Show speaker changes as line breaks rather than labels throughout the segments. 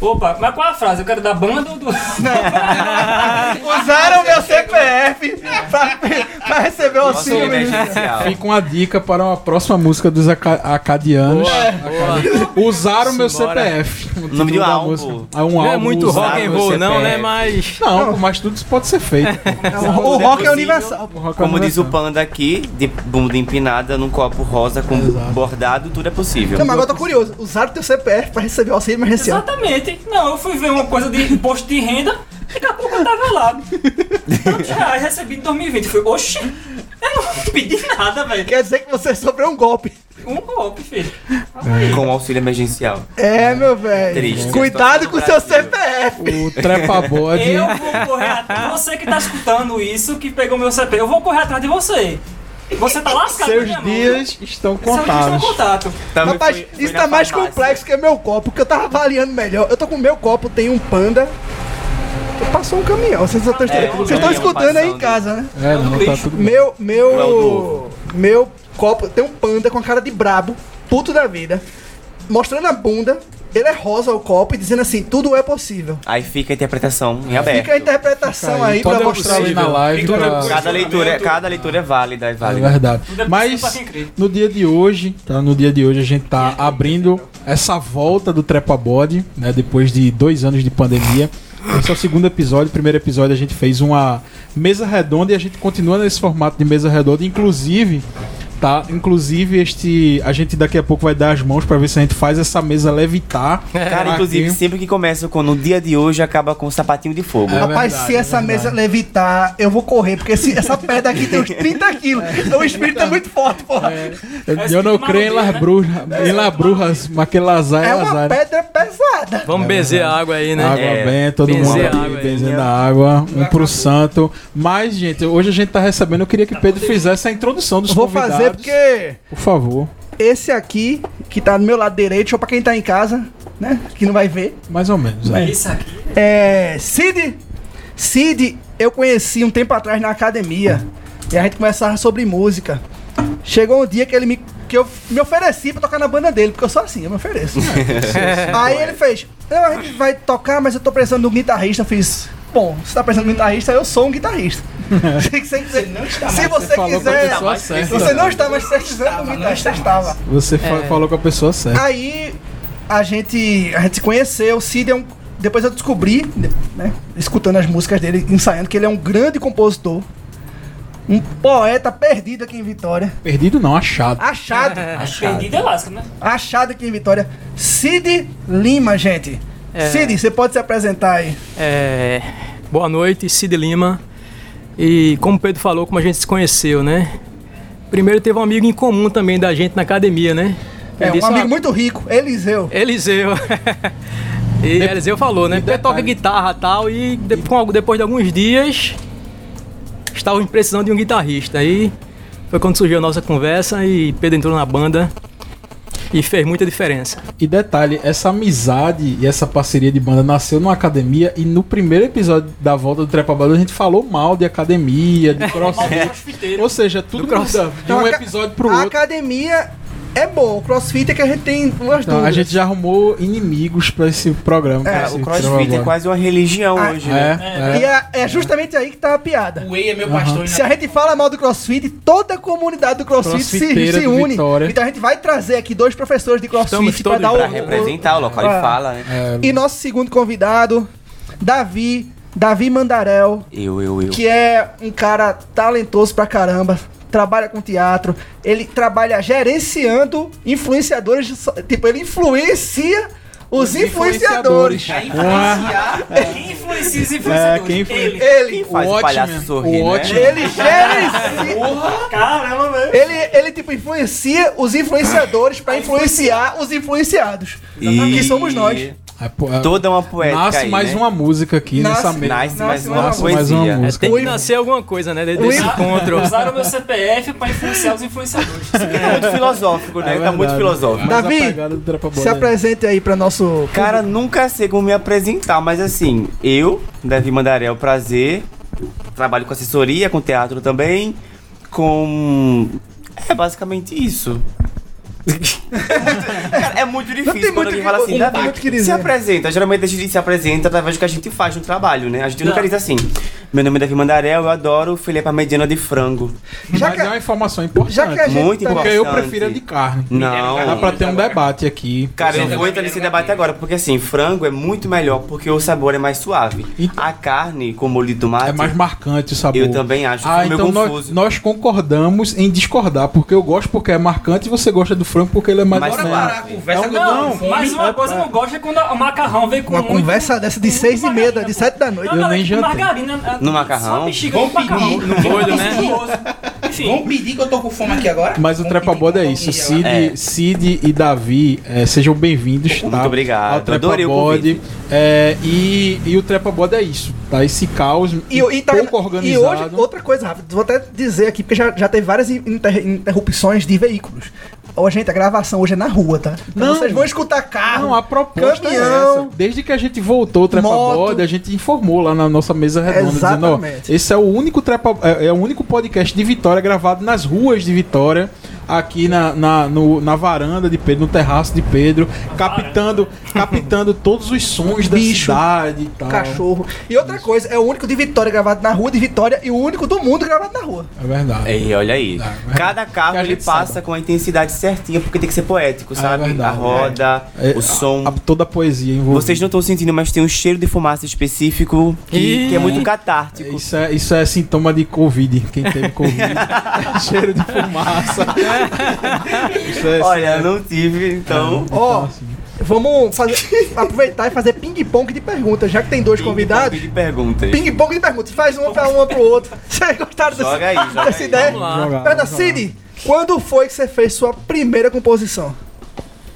Opa, mas qual a frase? Eu quero da banda ou do.
é-
Usaram meu CPF pra, pra receber o
Nossa, né?
auxílio emergencial.
emergencial.
né? Fica uma dica para uma próxima música dos aca acadianos. Usaram meu
Simbora.
CPF. O
nome de um
da
álbum.
música. É um
Não
álbum.
é muito
usado.
rock and roll,
você
não, né?
perde.
Mas.
Não, mas tudo isso pode ser feito.
O
pô.
Tudo é
rock é
possível.
universal.
O rock é
Como diz o
universal.
panda aqui, de bunda empinada num copo rosa com bordado, tudo é possível.
Não, mas Então, agora eu tô curioso. Usaram teu CPF pra receber o auxílio assim, emergencial.
Exatamente. Não, eu fui ver uma coisa de imposto de renda, daqui a pouco eu tava lá. Tantos reais recebi em 2020. Eu Fui, oxi, eu não pedi nada, velho.
Quer dizer que você sofreu um golpe.
Um golpe, filho.
Com auxílio emergencial.
É, meu velho.
Triste.
Cuidado com o seu
Brasil.
CPF.
O Trepabode.
Eu vou correr atrás. Você que tá escutando isso, que pegou meu CP, eu vou correr atrás de você. Você tá lascado,
Seus
né, irmão?
dias
Seus
estão
dias estão
contados.
contato.
Também
Rapaz,
foi- foi
isso
na
tá mais
farmácia.
complexo que meu copo, porque eu tava avaliando melhor. Eu tô com o meu copo, tem um panda. Passou um caminhão, vocês estão
é, um
vocês estão
caminhão
escutando aí em
passando.
casa, né?
É, não, tá tudo bem.
Meu,
Não é o
meu.
novo.
Meu copo tem um panda com a cara de brabo, puto da vida, mostrando a bunda. Ele é rosa o copo e dizendo assim: tudo é possível.
Aí fica a interpretação em aberto.
Fica a interpretação aí pra
pode
mostrar
mostrar ali na live.
Então,
pra-
depois-
Cada leitura, cada leitura é válida, é
É
válida.
verdade.
Tudo é possível
Mas
pra quem é crê.
no dia de hoje, tá? No dia de hoje a gente tá abrindo essa volta do Trepa Body, né? Depois de dois anos de pandemia. Esse é o segundo episódio. O primeiro episódio a gente fez uma mesa redonda e a gente continua nesse formato de mesa redonda. Inclusive, tá? Inclusive este, a gente daqui a pouco vai dar as mãos pra ver se a gente faz essa mesa levitar.
Cara, inclusive,
Aqui.
sempre que começa com no dia de hoje, acaba com um sapatinho de fogo.
É
Rapaz,
verdade,
se
é
essa
verdade.
mesa levitar, eu vou correr, porque esse- essa pedra aqui tem uns 30 quilos. Então o espírito é muito forte, porra.
É, Eu,
Parece
eu não
que
creio em
maravilha, é né?
labrujas, em labrujas, mas que lazar é
É uma
lazar.
pedra pesada.
Vamos bezer a água aí, né?
Água
É,
bem, todo
benzer
mundo
a
aqui
água aí.
benzendo a água, um pro santo. Mas, gente, hoje a gente tá recebendo, eu queria que Pedro fizesse a introdução dos
Vou
convidados.
fazer porque
Por favor,
esse aqui, que tá do meu lado direito, ou pra quem tá em casa, né? Que não vai ver.
mais ou menos. né?
Isso aqui.
É. Cid! Cid, eu conheci um tempo atrás na academia. E a gente conversava sobre música. Chegou um dia que ele me. que eu me ofereci pra tocar na banda dele, porque eu sou assim, eu me ofereço. né? Aí ele fez, não, a gente vai tocar, mas eu tô precisando de um guitarrista. Eu fiz, bom, você tá precisando de um guitarrista, eu sou um guitarrista. Se você quiser, se você
falou pra
quiser,
pessoa
se
certa.
você não está mais precisando de um guitarrista, estava.
Você fa- falou com a pessoa certa.
Aí a gente, a gente se conheceu, o Cid é um. Depois eu descobri, né, escutando as músicas dele, ensaiando, que ele é um grande compositor, um poeta perdido aqui em Vitória.
Perdido não, achado.
Achado,
Perdido é lasca, né?
achado aqui em Vitória. Cid Lima, gente.
É.
Cid, você pode se apresentar aí.
É, boa noite, Cid Lima. E como o Pedro falou, como a gente se conheceu, né? Primeiro teve um amigo em comum também da gente na academia, né?
É
Ele
um
disse,
amigo
"Ah,
muito rico, Eliseu.
Eliseu. e Eliseu falou, né? Porque toca guitarra e tal, e de- com algo- depois de alguns dias estavam precisando de um guitarrista. Aí foi quando surgiu a nossa conversa e Pedro entrou na banda e fez muita diferença.
E detalhe, essa amizade e essa parceria de banda nasceu numa academia e no primeiro episódio da volta do Trepabado a gente falou mal de academia, de crossfit. Ou seja, tudo muda de um
Então, a ca-
episódio pro
a
outro.
academia é bom, o crossfit é que a gente tem umas
Então, a
dúvidas.
gente já arrumou inimigos pra esse programa. pra
Cara,
esse
o crossfit
Trepabode.
é quase uma religião
Ah,
hoje, né?
É, é.
E é- é justamente aí que tá a piada.
O Whey é meu pastor.
Se a gente fala mal do CrossFit, toda a comunidade do CrossFit se,
Crossfiteira
se
do
une.
Vitória.
Então a gente vai trazer aqui dois professores de CrossFit
Estamos
para
todos
dar
Pra
o,
representar o local de
Ah.
fala, né?
É,
E nosso segundo convidado, Davi, Davi Mandarel,
Eu, eu, eu.
que é um cara talentoso pra caramba. Trabalha com teatro, ele trabalha gerenciando influenciadores, de so- tipo, ele influencia os, influenciadores.
influenciadores.
É, Quem influencia os
É,
influenciadores?
quem influ-
Ele.
Ele,
Quem faz o
Watchmen,
palhaço sorrir,
o Watchmen.
né?
ele gerencia.
Caramba, velho.
Ele, ele tipo, influencia os influenciadores pra influenciar os influenciados. Que é, somos nós.
é, pô, é,
Toda uma poética
Nasce
aí,
mais
né?
uma música aqui
Nasce-
nessa mesa.
Nasce mais
Nasce mais
uma
É,
uma- mais uma
poesia.
música.
Tem
O
que
in-
nascer alguma coisa, né? de-
O
Desse
in-
encontro.
Usaram meu CPF pra influenciar os influenciadores.
Tá muito filosófico,
É
né? tá muito filosófico.
Mas a
Davi,
pegada do Trapa
Se
Bola é-
apresente aí pra nosso.
Cara, nunca sei como me apresentar, mas assim, eu, Davi Mandaré, é o prazer. Trabalho com assessoria, com teatro também, com. É basicamente isso. Cara, é muito difícil
tem muito
quando alguém
que-
fala assim,
um
Davi,
muito que
se
dizer."
apresenta. Geralmente a gente se apresenta através do que a gente faz no trabalho, né? A gente nunca
Não.
diz assim, meu nome é Davi Mandarel, eu adoro filé parmegiana de frango.
Já
Mas
que-
é uma informação importante. né?
já que a gente
Muito
tá-
Porque eu
Bastante.
prefiro a de carne.
Não.
Dá pra ter um debate aqui.
Cara, eu
Sim.
vou entrar nesse debate agora, porque assim, frango é muito melhor porque o sabor é mais suave.
Então-
A carne com molho de tomate
É mais marcante o sabor.
Eu também acho,
Ah,
fico meio
então nós,
confuso.
nós concordamos em discordar, porque eu gosto porque é marcante e você gosta do frango porque ele é mais
Mas
marcante.
claro.
a conversa
É um-
que eu tô
não,
com fome.
Mas uma coisa que eu não gosto é quando o macarrão vem com
Uma
muito-
conversa dessa de
com
seis
muita
e meia, da-
margarina,
de
pô.
sete da noite.
Eu
não,
nem
é que
jantei.
Margarina, é-
No macarrão?
Só bexiga no
Vamos
macarrão.
pedir
No
molho, né?
Enfim,
Vamos pedir que eu tô com fome aqui agora?
Mas o
Vamos pedir
Trepaboda
que
é
eu
isso.
tô com fome
Cid,
agora?
É.
Cid e Davi, eh, sejam bem-vindos. Tá?
obrigado,
Ao
adorei o
Trepaboda. É, e, e o Trepaboda é isso. Tá? Esse caos
E, e, tá-
pouco
e
organizado.
hoje, outra coisa rápida, vou até dizer aqui, porque já, já teve várias inter- interrupções de veículos. Ó, gente, a gravação hoje é na rua, tá? Então
Não.
vocês vão escutar carro.
Não, a proposta é
caminhão.
essa. Desde que a gente voltou o Trepa
Moto.
Borda, a gente informou lá na nossa mesa redonda, dizendo,
Exatamente.
ó, esse é o único trepa, é, é o único podcast de Vitória gravado nas ruas de Vitória, aqui na, na, no- na varanda de Pedro, no terraço de Pedro, captando, captando todos os sons da
Bicho,
cidade e tal.
Cachorro. E outra coisa, é o único de Vitória gravado na rua de Vitória e o único do mundo gravado na rua.
É verdade.
Ei, olha aí.
Ah, mas-
Cada
que
carro
a
ele
gente
passa
saiba.
com a intensidade certinha, porque tem que ser poético, sabe?
verdade,
a roda,
É,
o som.
a- a- toda a poesia envolvida.
Vocês não estão sentindo, mas tem um cheiro de fumaça específico que,
Ih.
que é muito catártico.
Isso é, isso é sintoma de Covid. Quem teve Covid, cheiro de fumaça. Isso é-
Olha, não tive, então.
Ó,
assim.
vamos fazer- aproveitar e fazer ping-pong de perguntas, já que tem dois convidados.
De perguntas.
Ping-pong de perguntas, faz uma pra uma pro outro. Vocês gostaram desse-
Joga aí, joga
dessa
aí.
ideia?
Vamos lá.
Jogar,
Pera,
vamos
Cid, quando foi que você fez sua primeira composição?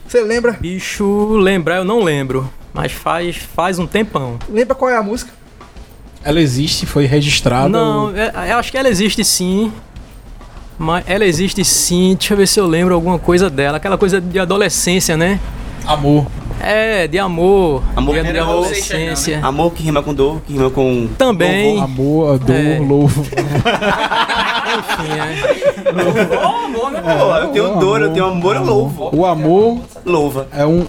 Você lembra?
Bicho, lembrar eu não lembro. Mas faz, faz um tempão.
Lembra qual é a música?
Ela existe, foi registrada.
Não, é- eu acho que ela existe sim. Mas ela existe sim. Deixa eu ver se eu lembro alguma coisa dela. Aquela coisa de adolescência, né?
o Amor.
É, de amor.
Amor
de
que rima com-
adolescência.
né?
Amor que rima com dor, que rima com.
Também.
Amor, dor,
É.
louvo.
Enfim, é.
ó, amor, né?
Então,
Pô, eu tenho dor, eu tenho amor, eu louvo.
O amor
Louva.
é um.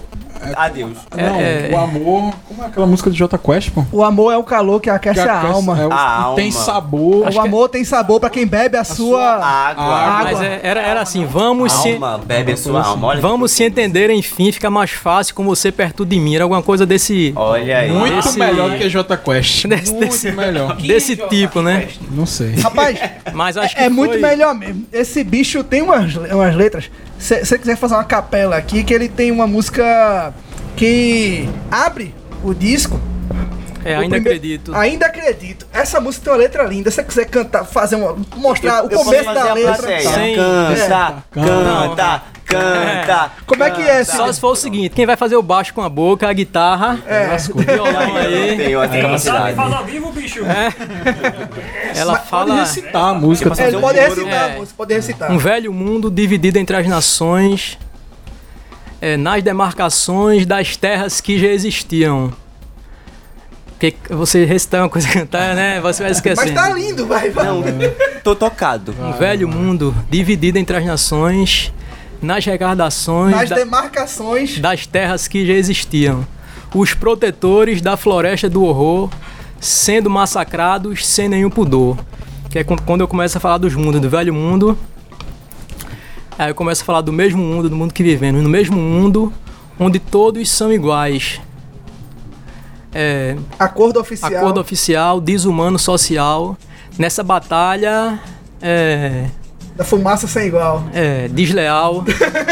Adeus.
Não,
é.
o amor. Como é aquela música do Jota Quest, pô?
O amor é o calor que aquece a,
aquece-
alma.
é o-
A
e
alma.
Tem sabor.
O amor tem sabor pra quem bebe a, sua... Ah.
Água.
Água.
Mas é- era, era assim, vamos se.
Alma, bebe a sua alma. Olha,
Vamos se entender, enfim, fica mais fácil com você perto de mim. Era alguma coisa desse.
olha aí.
Muito
Esse-
melhor do que Jota Quest.
Desse-
Muito
desse-
melhor.
Quem
desse
joga
tipo, né?
Quest?
Não sei.
Rapaz,
Mas acho que.
é muito
foi-
melhor mesmo. Esse bicho tem umas, umas letras. Se você quiser fazer uma capela aqui, que ele tem uma música que abre o disco.
É,
O
ainda
primeiro-
acredito.
Ainda acredito. Essa música tem uma letra linda. Se você quiser cantar, fazer uma. mostrar
Eu-
o
eu posso
começo
fazer
da
a né?
letra. tá.
plateia.
Sim.
Canta, canta, canta.
Como é que é, Cid?
Ah, tá. Só se for o seguinte, quem vai fazer o baixo com a boca, a guitarra,
É.
Lascou.
o violão
Eu
aí,
tenho essa
Quem sabe
capacidade.
fala ao vivo, bicho.
É ela
Pode
fala
recitar Tá, a música.
Você
É,
fazer
ele
um
pode
coro.
recitar,
É.
você pode recitar.
um velho mundo dividido entre as nações, é, nas demarcações das terras que já existiam. Porque você recitar uma coisa e cantar, né? Você vai esquecer.
Mas tá lindo, vai. vai.
Não, tô tocado.
Um velho mundo dividido entre as nações, nas regardações
Nas
da-
demarcações.
das terras que já existiam. Os protetores da floresta do horror sendo massacrados sem nenhum pudor. Que é quan- quando eu começo a falar dos mundos, do velho mundo. Aí eu começo a falar do mesmo mundo, do mundo que vivemos. No mesmo mundo onde todos são iguais. É,
Acordo oficial.
Acordo oficial, desumano social. Nessa batalha. É,
Da fumaça sem igual.
é, desleal.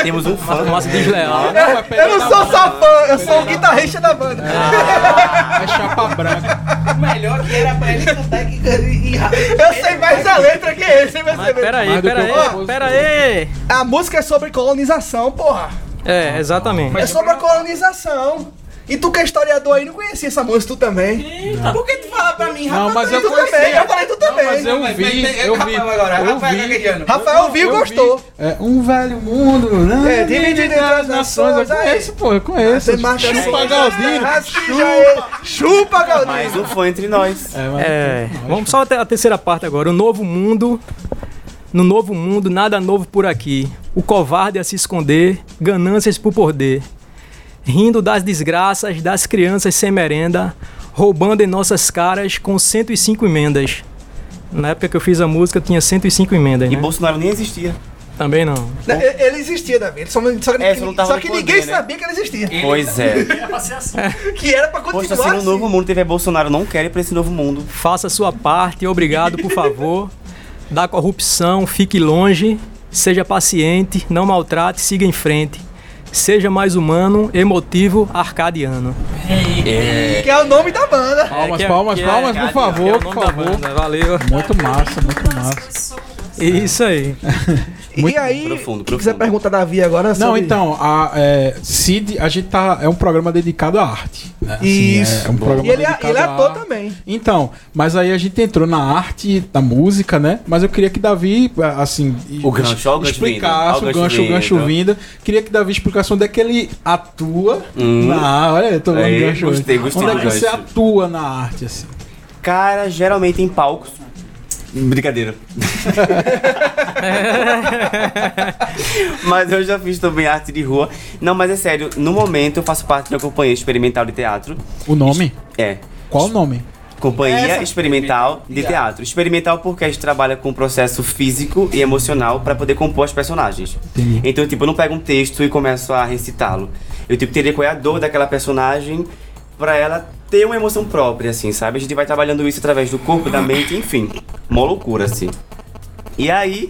Temos um fã.
Fumaça desleal.
Tá
Eu não sou só fã, eu sou o guitarrista da banda.
Ah.
É chapa branca.
O melhor que era pra ele cantar e, e, e
Eu sei mais a letra que ele, sem mais
Mas
saber.
peraí,
Mais do que o
peraí,
propósito.
peraí.
A música é sobre colonização, porra.
É, exatamente.
É sobre a colonização. E tu que é historiador aí, não conhecia essa música, tu também.
Por que tu fala pra mim,
Não,
rapaz?
mas eu
tu também,
conhecia.
eu falei tu
Mas
também.
eu
Mas-
vi,
mas-
eu vi.
Rafael agora,
eu
Rafael
vi.
Gaguejano.
Rafael
Eu
viu e
vi,
gostou.
É, um velho mundo, né?
É, dividido entre as nações,
Eu
aí. Ah,
conheço, pô, eu conheço.
Demarcações
Chupa
das
Galdino.
terras que já é- Chupa,
Mais
Galdino.
um fã entre nós.
É, mas-
É, vamos só até a terceira parte agora. O novo mundo No novo mundo, nada novo por aqui. O covarde a se esconder, ganâncias por poder. Rindo das desgraças das crianças sem merenda, roubando em nossas caras com 105 emendas. Na época que eu fiz a música, tinha 105 emendas,
E
né?
Bolsonaro nem existia.
Também não.
Não, ele ele existia, Davi. Ele Só, só que,
É, só não tava
só
no
que
poder,
ninguém
né?
sabia que ele existia.
Pois é.
Era pra ser assim.
Que era pra
Poxa,
continuar
se
um
no
assim.
novo mundo tiver Bolsonaro, não quero ir pra esse novo mundo.
Faça sua parte, obrigado, por favor. Da corrupção, fique longe, seja paciente, não maltrate, siga em frente. Seja mais humano, emotivo, arcadiano.
Que é o nome da banda.
Palmas,
que é-
palmas,
que é-
palmas, por
que é
favor,
o
por
nome da
favor.
banda, Valeu.
Muito massa, muito massa.
Isso aí.
e aí,
profundo,
quem quiser
profundo.
perguntar Davi agora
Não,
sobre-
então, a, é, Cid, a gente tá. É um programa dedicado à arte. Né? Assim, é-
Isso.
é, um programa
E ele, é-
dedicado
ele é
à
ator
arte.
também.
Então, mas aí a gente entrou na arte, na música, né? Mas eu queria que Davi, assim,
O gancho, ó, o gancho
explicasse
vindo, ó,
o
o gancho
gancho, o gancho
vindo.
vindo. Queria que Davi explicasse onde é que ele atua
Hum.
na arte. Olha, eu tô dando
Aí,
gancho. hoje.
gostei, gostei
Onde
do
é que você
gancho.
atua na arte, assim?
Cara, geralmente em palcos. Brincadeira. mas eu já fiz também arte de rua. Não, mas é sério, no momento eu faço parte da Companhia Experimental de Teatro.
O nome?
É.
Qual o nome?
Companhia Experimental de Teatro. Experimental porque a gente trabalha com o processo físico e emocional pra poder compor os personagens.
Entendi.
Então, tipo, eu não pego um texto e começo a recitá-lo. Eu, tipo, teria qual é a dor daquela personagem pra ela ter uma emoção própria, assim, sabe? A gente vai trabalhando isso através do corpo, da mente, enfim. Uma loucura, assim. E aí,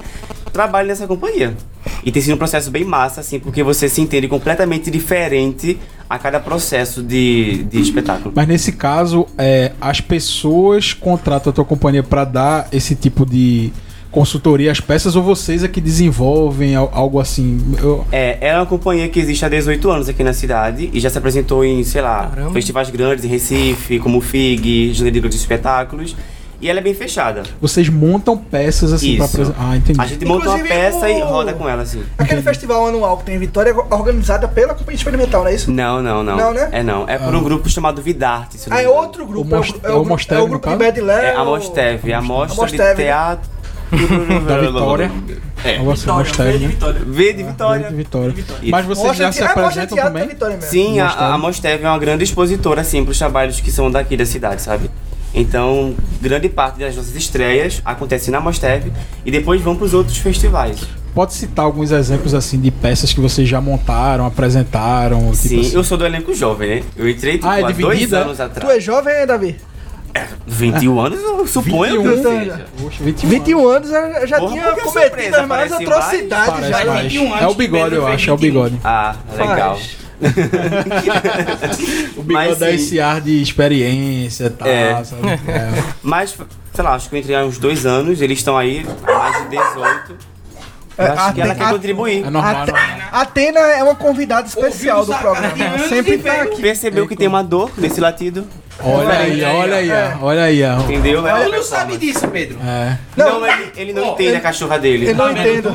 trabalho nessa companhia. E tem sido um processo bem massa, assim, porque você se entende completamente diferente a cada processo de, de espetáculo.
Mas nesse caso, é, as pessoas contratam a tua companhia pra dar esse tipo de consultoria às peças ou vocês é que desenvolvem al- algo assim? Eu-
É, ela é uma companhia que existe há 18 anos aqui na cidade e já se apresentou em, sei lá,
Caramba.
festivais grandes em Recife, como o FIG, Janeiro de Espetáculos. E ela é bem fechada.
vocês montam peças assim pra
Isso.
apresentar. Ah, entendi.
A gente monta uma
Inclusive,
peça e
o-
roda com ela, assim.
Aquele
Entendi.
festival anual que tem em Vitória é organizada pela Companhia Experimental, não é isso?
Não, não, não.
Não, né?
É não. É
Ah.
por um grupo chamado Vidarte. se eu não
Ah,
me
é
engano.
outro grupo.
O Most-
é
é o
o, grupo,
Mostev,
é o
no
grupo né? de
caso?
Bad Lab.
É a Mosteve, a mostra de
Amosteve, né?
teatro.
Da Vitória.
É.
Negócio
Vitória,
mistério,
Fred
né?
Vitória.
Vê de Vitória.
Grande Vitória.
Vitória.
Mas vocês
Mostra
já
de-
se
é, mostra de teatro
apresentam
da
também?
Vitória mesmo.
Sim, a,
Mosteve.
a Mosteve é uma grande expositora, assim, para os trabalhos que são daqui da cidade, sabe? Então, grande parte das nossas estreias acontece na Mosteve e depois vão para os outros festivais.
Pode citar alguns exemplos assim de peças que vocês já montaram, apresentaram? tipo
Sim,
assim.
eu sou do elenco jovem, né? Eu entrei tipo,
Ah, é
há dois
dividida?
anos
Tu
atrás.
é jovem, hein, Davi?
21 anos, eu suponho
21.
que eu seja.
Poxa, 21.
21 anos eu já
Porra,
tinha
por que
cometido
surpresa?
as maiores
Parece
atrocidades
Parece,
um já.
mais.
21
É o
anos,
bigode,
Pedro
eu
fez
acho, é o
21.
bigode.
Ah, legal.
Faz.
O bigode
Mas, assim,
dá
sim.
esse ar de experiência e tal,
É.
sabe? É.
Mas, sei lá, acho que eu entrei há uns dois anos, eles estão aí há mais de 18.
É,
Eu acho que ela
Atena-
quer contribuir.
É normal,
Ate-
normal.
Atena é uma convidada especial do
Ouviu
programa.
Zacarias
Ela Sempre
e
tá
veio.
aqui.
Percebeu que tem uma dor nesse latido,
Olha aí, olha aí,
É.
ó, olha aí. ó.
entendeu? É uma
Ele não sabe
performance.
disso, Pedro.
É.
Não,
Não,
ele, ele não
Ó,
entende
eu-
a cachorra dele.
eu não entendo.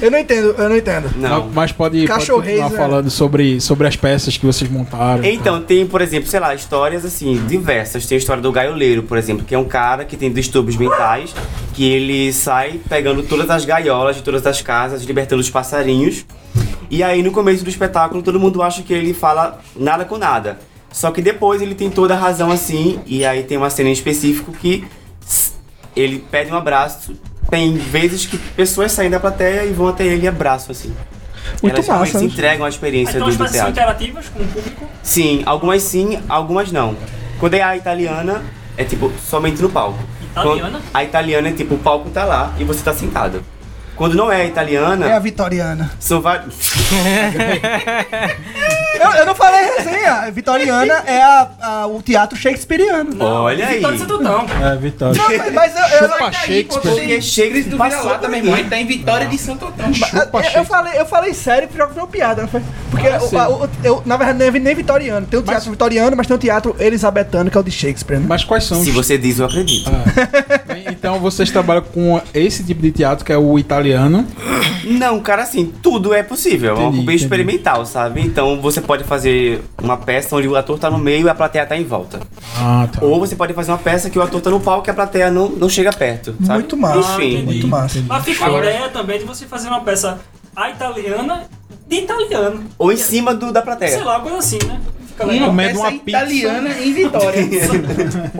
Eu não entendo, eu não entendo.
Não.
Mas pode, pode
Cachorreis,
continuar
né?
falando sobre, sobre as peças que vocês montaram.
Então, tem, por exemplo, sei lá, histórias assim, diversas. Tem a história do gaioleiro, por exemplo, que é um cara que tem distúrbios mentais, que ele sai pegando todas as gaiolas de todas as casas, libertando os passarinhos. E aí, no começo do espetáculo, todo mundo acha que ele fala nada com nada. Só que depois ele tem toda a razão assim, e aí tem uma cena em específico que s- ele pede um abraço. Tem vezes que pessoas saem da plateia e vão até ele e abraçam assim.
Muito
Elas realmente
massa,
se
né?
entregam à experiência
Então
do,
as
é do
peças são
teatro.
interativas com o público.
Sim, algumas sim, algumas não. Quando é a italiana, é tipo, somente no palco.
Italiana?
Quando- a italiana é tipo, o palco tá lá e você tá sentado. Quando não é a italiana,
É a Vitoriana.
são vários.
Eu, eu não falei resenha. A Vitoriana é a- a- o teatro shakespeareano.
Olha aí.
Vitória Santo não.
É, Vitória.
Mas- Mas eu, eu,
Chupa Shakespeare.
Porque chega
Crise
e
do
passou
vira-lata,
por
meu irmão.
mim.
Ele tá em Vitória de Santo Antônio.
Chupa
eu, eu
Shakespeare.
falei, eu falei sério porque foi uma piada, não foi? Porque
Ah,
o-
sim.
a- o- eu, na verdade, é nem, nem vitoriano. Tem um o teatro vitoriano, mas tem o teatro elisabetano, que é o de Shakespeare. né?
Mas quais são
Se
os...
você diz, eu acredito.
Ah, bem, então vocês trabalham com esse tipo de teatro que é o italiano.
Não, cara, assim, tudo é possível. é uma
Entendi,
coisa
entendi.
experimental, sabe? Então você pode fazer uma peça onde o ator tá no meio e a plateia tá em volta.
Ah, tá.
Ou você pode fazer uma peça que o ator tá no palco e a plateia não, não chega perto, sabe?
Muito massa,
Enfim.
muito massa.
Mas fica a ideia também de você fazer uma peça a italiana de italiano.
Ou em cima do, da
Sei
plateia.
lá, uma coisa assim, né? Fica legal.
Uma
Comendo
peça
uma pizza.
italiana em Vitória.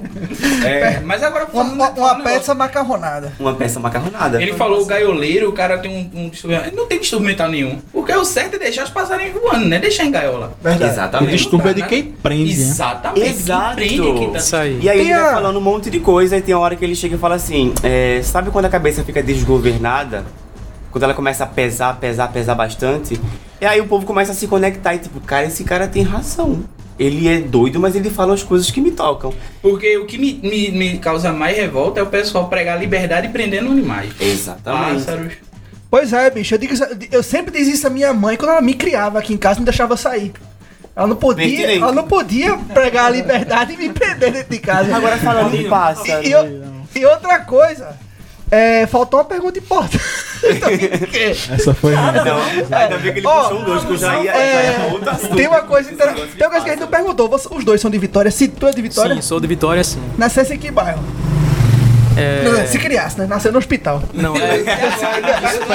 É, mas agora
Uma,
falando-
uma, uma
falando
peça macarronada.
Uma peça macarronada.
Ele falou o gaioleiro, o cara tem um, um distúrbio. Ele não tem distúrbio mental nenhum. Porque o certo é deixar os passarinhos voando, né? Deixar em gaiola.
Verdade.
O
Exatamente.
distúrbio é
tá,
de
né?
quem prende, né?
Exatamente.
Exato.
Que prende quem tá
Isso aí.
E aí
Tem
ele vai
a-
falando um monte de coisa e tem uma hora que ele chega e fala assim, é, sabe quando a cabeça fica desgovernada? Quando ela começa a pesar, pesar, pesar bastante? E aí o povo começa a se conectar e tipo, cara, esse cara tem razão. Ele é doido, mas ele fala as coisas que me tocam.
Porque o que me, me, me causa mais revolta é o pessoal pregar liberdade prendendo animais.
Exatamente.
Pássaros.
Pois é, bicho. Eu, digo isso- eu sempre dizia isso à minha mãe quando ela me criava aqui em casa, não deixava eu sair. Ela não podia,
Pertinente.
ela não podia pregar a liberdade e me prender dentro de casa.
Agora falando de
Paulinho,
pássaro.
E, eu- e outra coisa, é, faltou uma pergunta importante.
Essa foi ruim.
Então, ainda bem que ele
Ó,
puxou um dois, que eu já ia, já
É,
ia pra outro assunto.
tem uma coisa
Esse
interessante.
negócio de
Tem uma coisa que a gente não perguntou. Você- os dois são de Vitória. Se tu é de Vitória,
Sim, sou de Vitória, sim.
nascesse em que bairro? Não, não,
É...
Se criasse, né? Nasceu no hospital.
Não, é...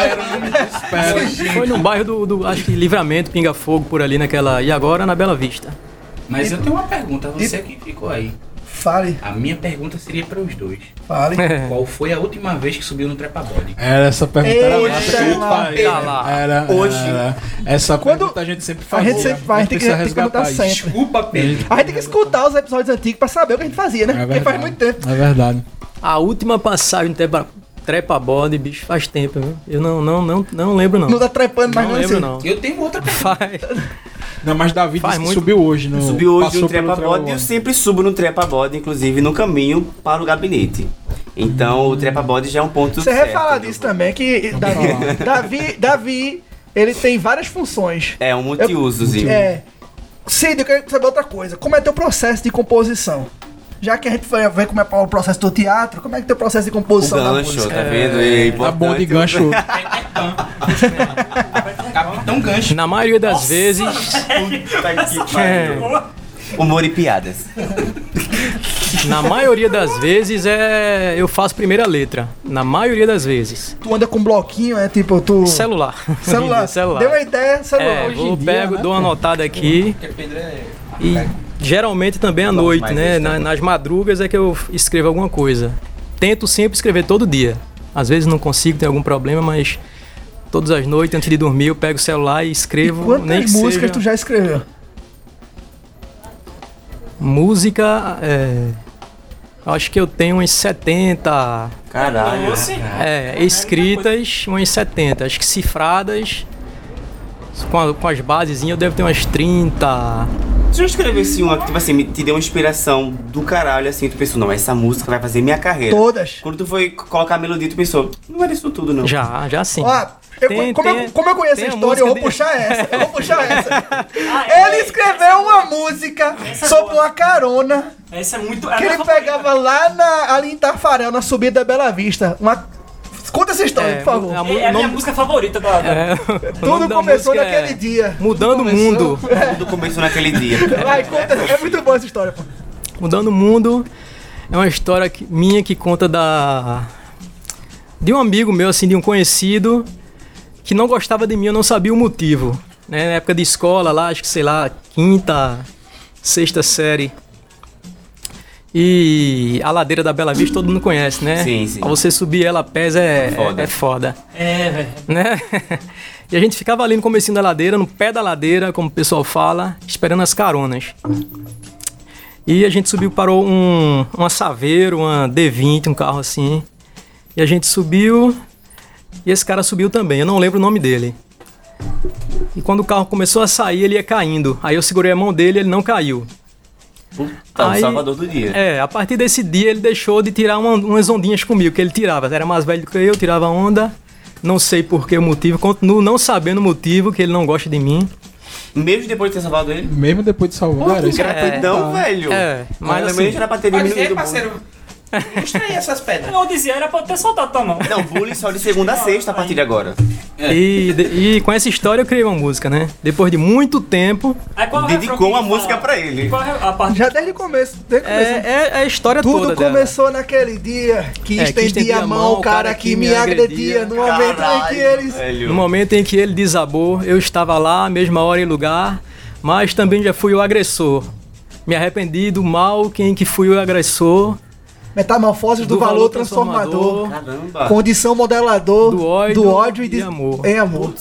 Espera.
Foi no bairro do, do, acho que Livramento, Pinga Fogo, por ali naquela... E agora na Bela Vista.
Mas eu tenho uma pergunta, você que ficou aí.
Fale,
A minha pergunta seria para os dois.
fale.
É.
Qual foi a última vez que subiu no trepabode?
Era essa pergunta era
Eita,
massa que a gente
lá,
faz.
tá lá.
Era,
é Hoje.
era. Essa
Quando-
pergunta a gente sempre
A
faz. né?
gente sempre faz, a gente tem que, tem que perguntar sempre.
Desculpa, Pedro.
A gente tem que escutar os episódios antigos pra saber o que a gente fazia, né?
É
Porque
verdade.
faz muito tempo.
É verdade.
A última passagem de trepa, trepa bode, bicho, faz tempo, viu? Eu não, não, não, não lembro, não.
Não tá trepando mais
não
não,
lembro,
assim.
não.
Eu tenho outra pergunta.
Faz.
Não, mas Davi
Faz
disse que
muito.
subiu hoje.
Hum,
No,
Subi hoje no
passou pelo
trepa bode e eu sempre subo no trepa bode, inclusive no caminho para o gabinete. Então o trepa bode já é um ponto.
Você vai
certo.
falar disso também, que
falar.
Davi, Davi, Davi, ele tem várias funções.
É um multiusozinho.
É. Cid, eu quero saber outra coisa. Como é teu processo de composição? Já que a gente vai ver como é o processo do teatro, como é que teu processo de
O
composição da
gancho,
música?
tá vendo? É,
Tá
importante.
bom de gancho.
Capitão Gancho.
Na maioria das vezes,
Tá Puta que pariu. Humor e piadas.
na maioria das vezes é eu faço primeira letra. Na maioria das vezes.
Tu anda com um bloquinho, é tipo, tu.
Celular.
Celular.
celular.
Deu uma ideia, celular.
É,
Hoje em
vou,
dia,
pego,
né,
dou uma
cara?
anotada aqui. E geralmente também à noite,
mas
né?
isso
Na-
também.
nas madrugas é que eu escrevo alguma coisa. Tento sempre escrever todo dia. Às vezes não consigo, tem algum problema, mas todas as noites, antes de dormir, eu pego o celular e
E
escrevo.
quantas
nem que
músicas
seja-
tu já escreveu?
Música, é, acho que eu tenho umas 70
Caralho.
Doce.
é, escritas, umas 70, acho que cifradas. Com, a- com as basezinhas eu devo ter umas 30.
Se eu escrevesse uma que, tipo assim, me- te deu uma inspiração do caralho, assim, tu pensou, não, essa música vai fazer minha carreira.
Todas.
Quando tu foi colocar a melodia, tu pensou, não era isso tudo, não.
Já, já sim.
Ó, eu-
Tem-
como,
tem-
eu, como eu conheço a
tem a
história, eu vou
música
puxar essa. Eu vou puxar essa.
Ah, é,
Ele escreveu uma música
Essa é
sobre
boa.
uma carona
Essa é muito. é a
que
minha
ele
favorita.
pegava lá na, ali em Tafarel, na subida da Bela Vista. Uma... Conta essa história,
É,
por favor.
a mu-
É a minha
nome-
música favorita da. da-
É, o nome
Tudo
da
começou
música é
naquele dia.
Mudando o mundo.
Tudo começou naquele dia.
Vai, conta. É muito boa essa história, pô.
Mudando o Mundo é uma história que- minha que conta da de um amigo meu, assim, de um conhecido que não gostava de mim, eu não sabia o motivo. né? Na época de escola, lá, acho que sei lá, quinta, sexta série. E a ladeira da Bela Vista todo mundo conhece, né?
Sim, sim.
Pra você subir ela a pés é
Foda.
É, é foda
É, velho.
né? E a gente ficava ali no comecinho da ladeira, no pé da ladeira, como o pessoal fala, esperando as caronas. E a gente subiu, parou um, uma Saveiro, uma D20, um carro assim. E a gente subiu, e esse cara subiu também, eu não lembro o nome dele. E quando o carro começou a sair, ele ia caindo. Aí eu segurei a mão dele, ele não caiu.
Puta, Tá, o
Aí-
salvador do dia.
É, a partir desse dia ele deixou de tirar uma- umas ondinhas comigo, que ele tirava. Era mais velho do que eu, tirava onda. Não sei por que o motivo, continuo não sabendo o motivo que ele não gosta de mim.
Mesmo depois de ter salvado ele.
Mesmo depois de salvar.
Pô,
era
que
isso.
gratidão, velho.
É, mas
também
assim-
já era pra ter
Mas
diminuído
é,
o mundo.
parceiro. Mostra aí essas pedras.
Então, Eu dizia, era pra ter soltado tua mão.
Não, bullying só de segunda a sexta a partir de agora.
É.
E, de- e com essa história eu criei uma música, né? Depois de muito tempo.
Aí qual é o refrão que
Dedicou uma
ele
música
fala?
pra ele.
Qual é a parte
Já desde o começo. Desde o
É,
começo.
é, é a história toda.
Tudo
dela.
começou naquele dia que
É, que
estendi a mão, o cara que me agredia. No momento em que eles.
No momento em que ele desabou, eu estava lá, mesma hora e lugar, mas também já fui o agressor. Me arrependi do mal que em que fui o agressor,
Metamorfose do, valor, transformador.
Caramba.
Condição modelador
Do ódio
ódio e
e
de...
amor.
Em amor.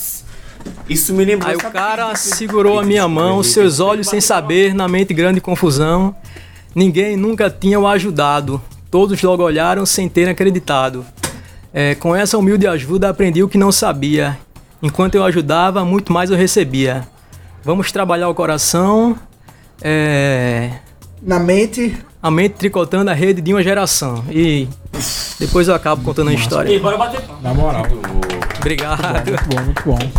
Isso me lembrou.
Aí o
sabe?
cara segurou a minha mão, seus olhos sem saber, na mente grande confusão. Ninguém nunca tinha o ajudado. Todos logo olharam sem terem acreditado. É, com essa humilde ajuda aprendi o que não sabia. Enquanto eu ajudava, muito mais eu recebia. Vamos trabalhar o coração. É,
Na mente.
a mente tricotando a rede de uma geração. E depois eu acabo contando a
E
história.
bora bater palma.
Na moral.
Obrigado.
Muito bom, muito bom.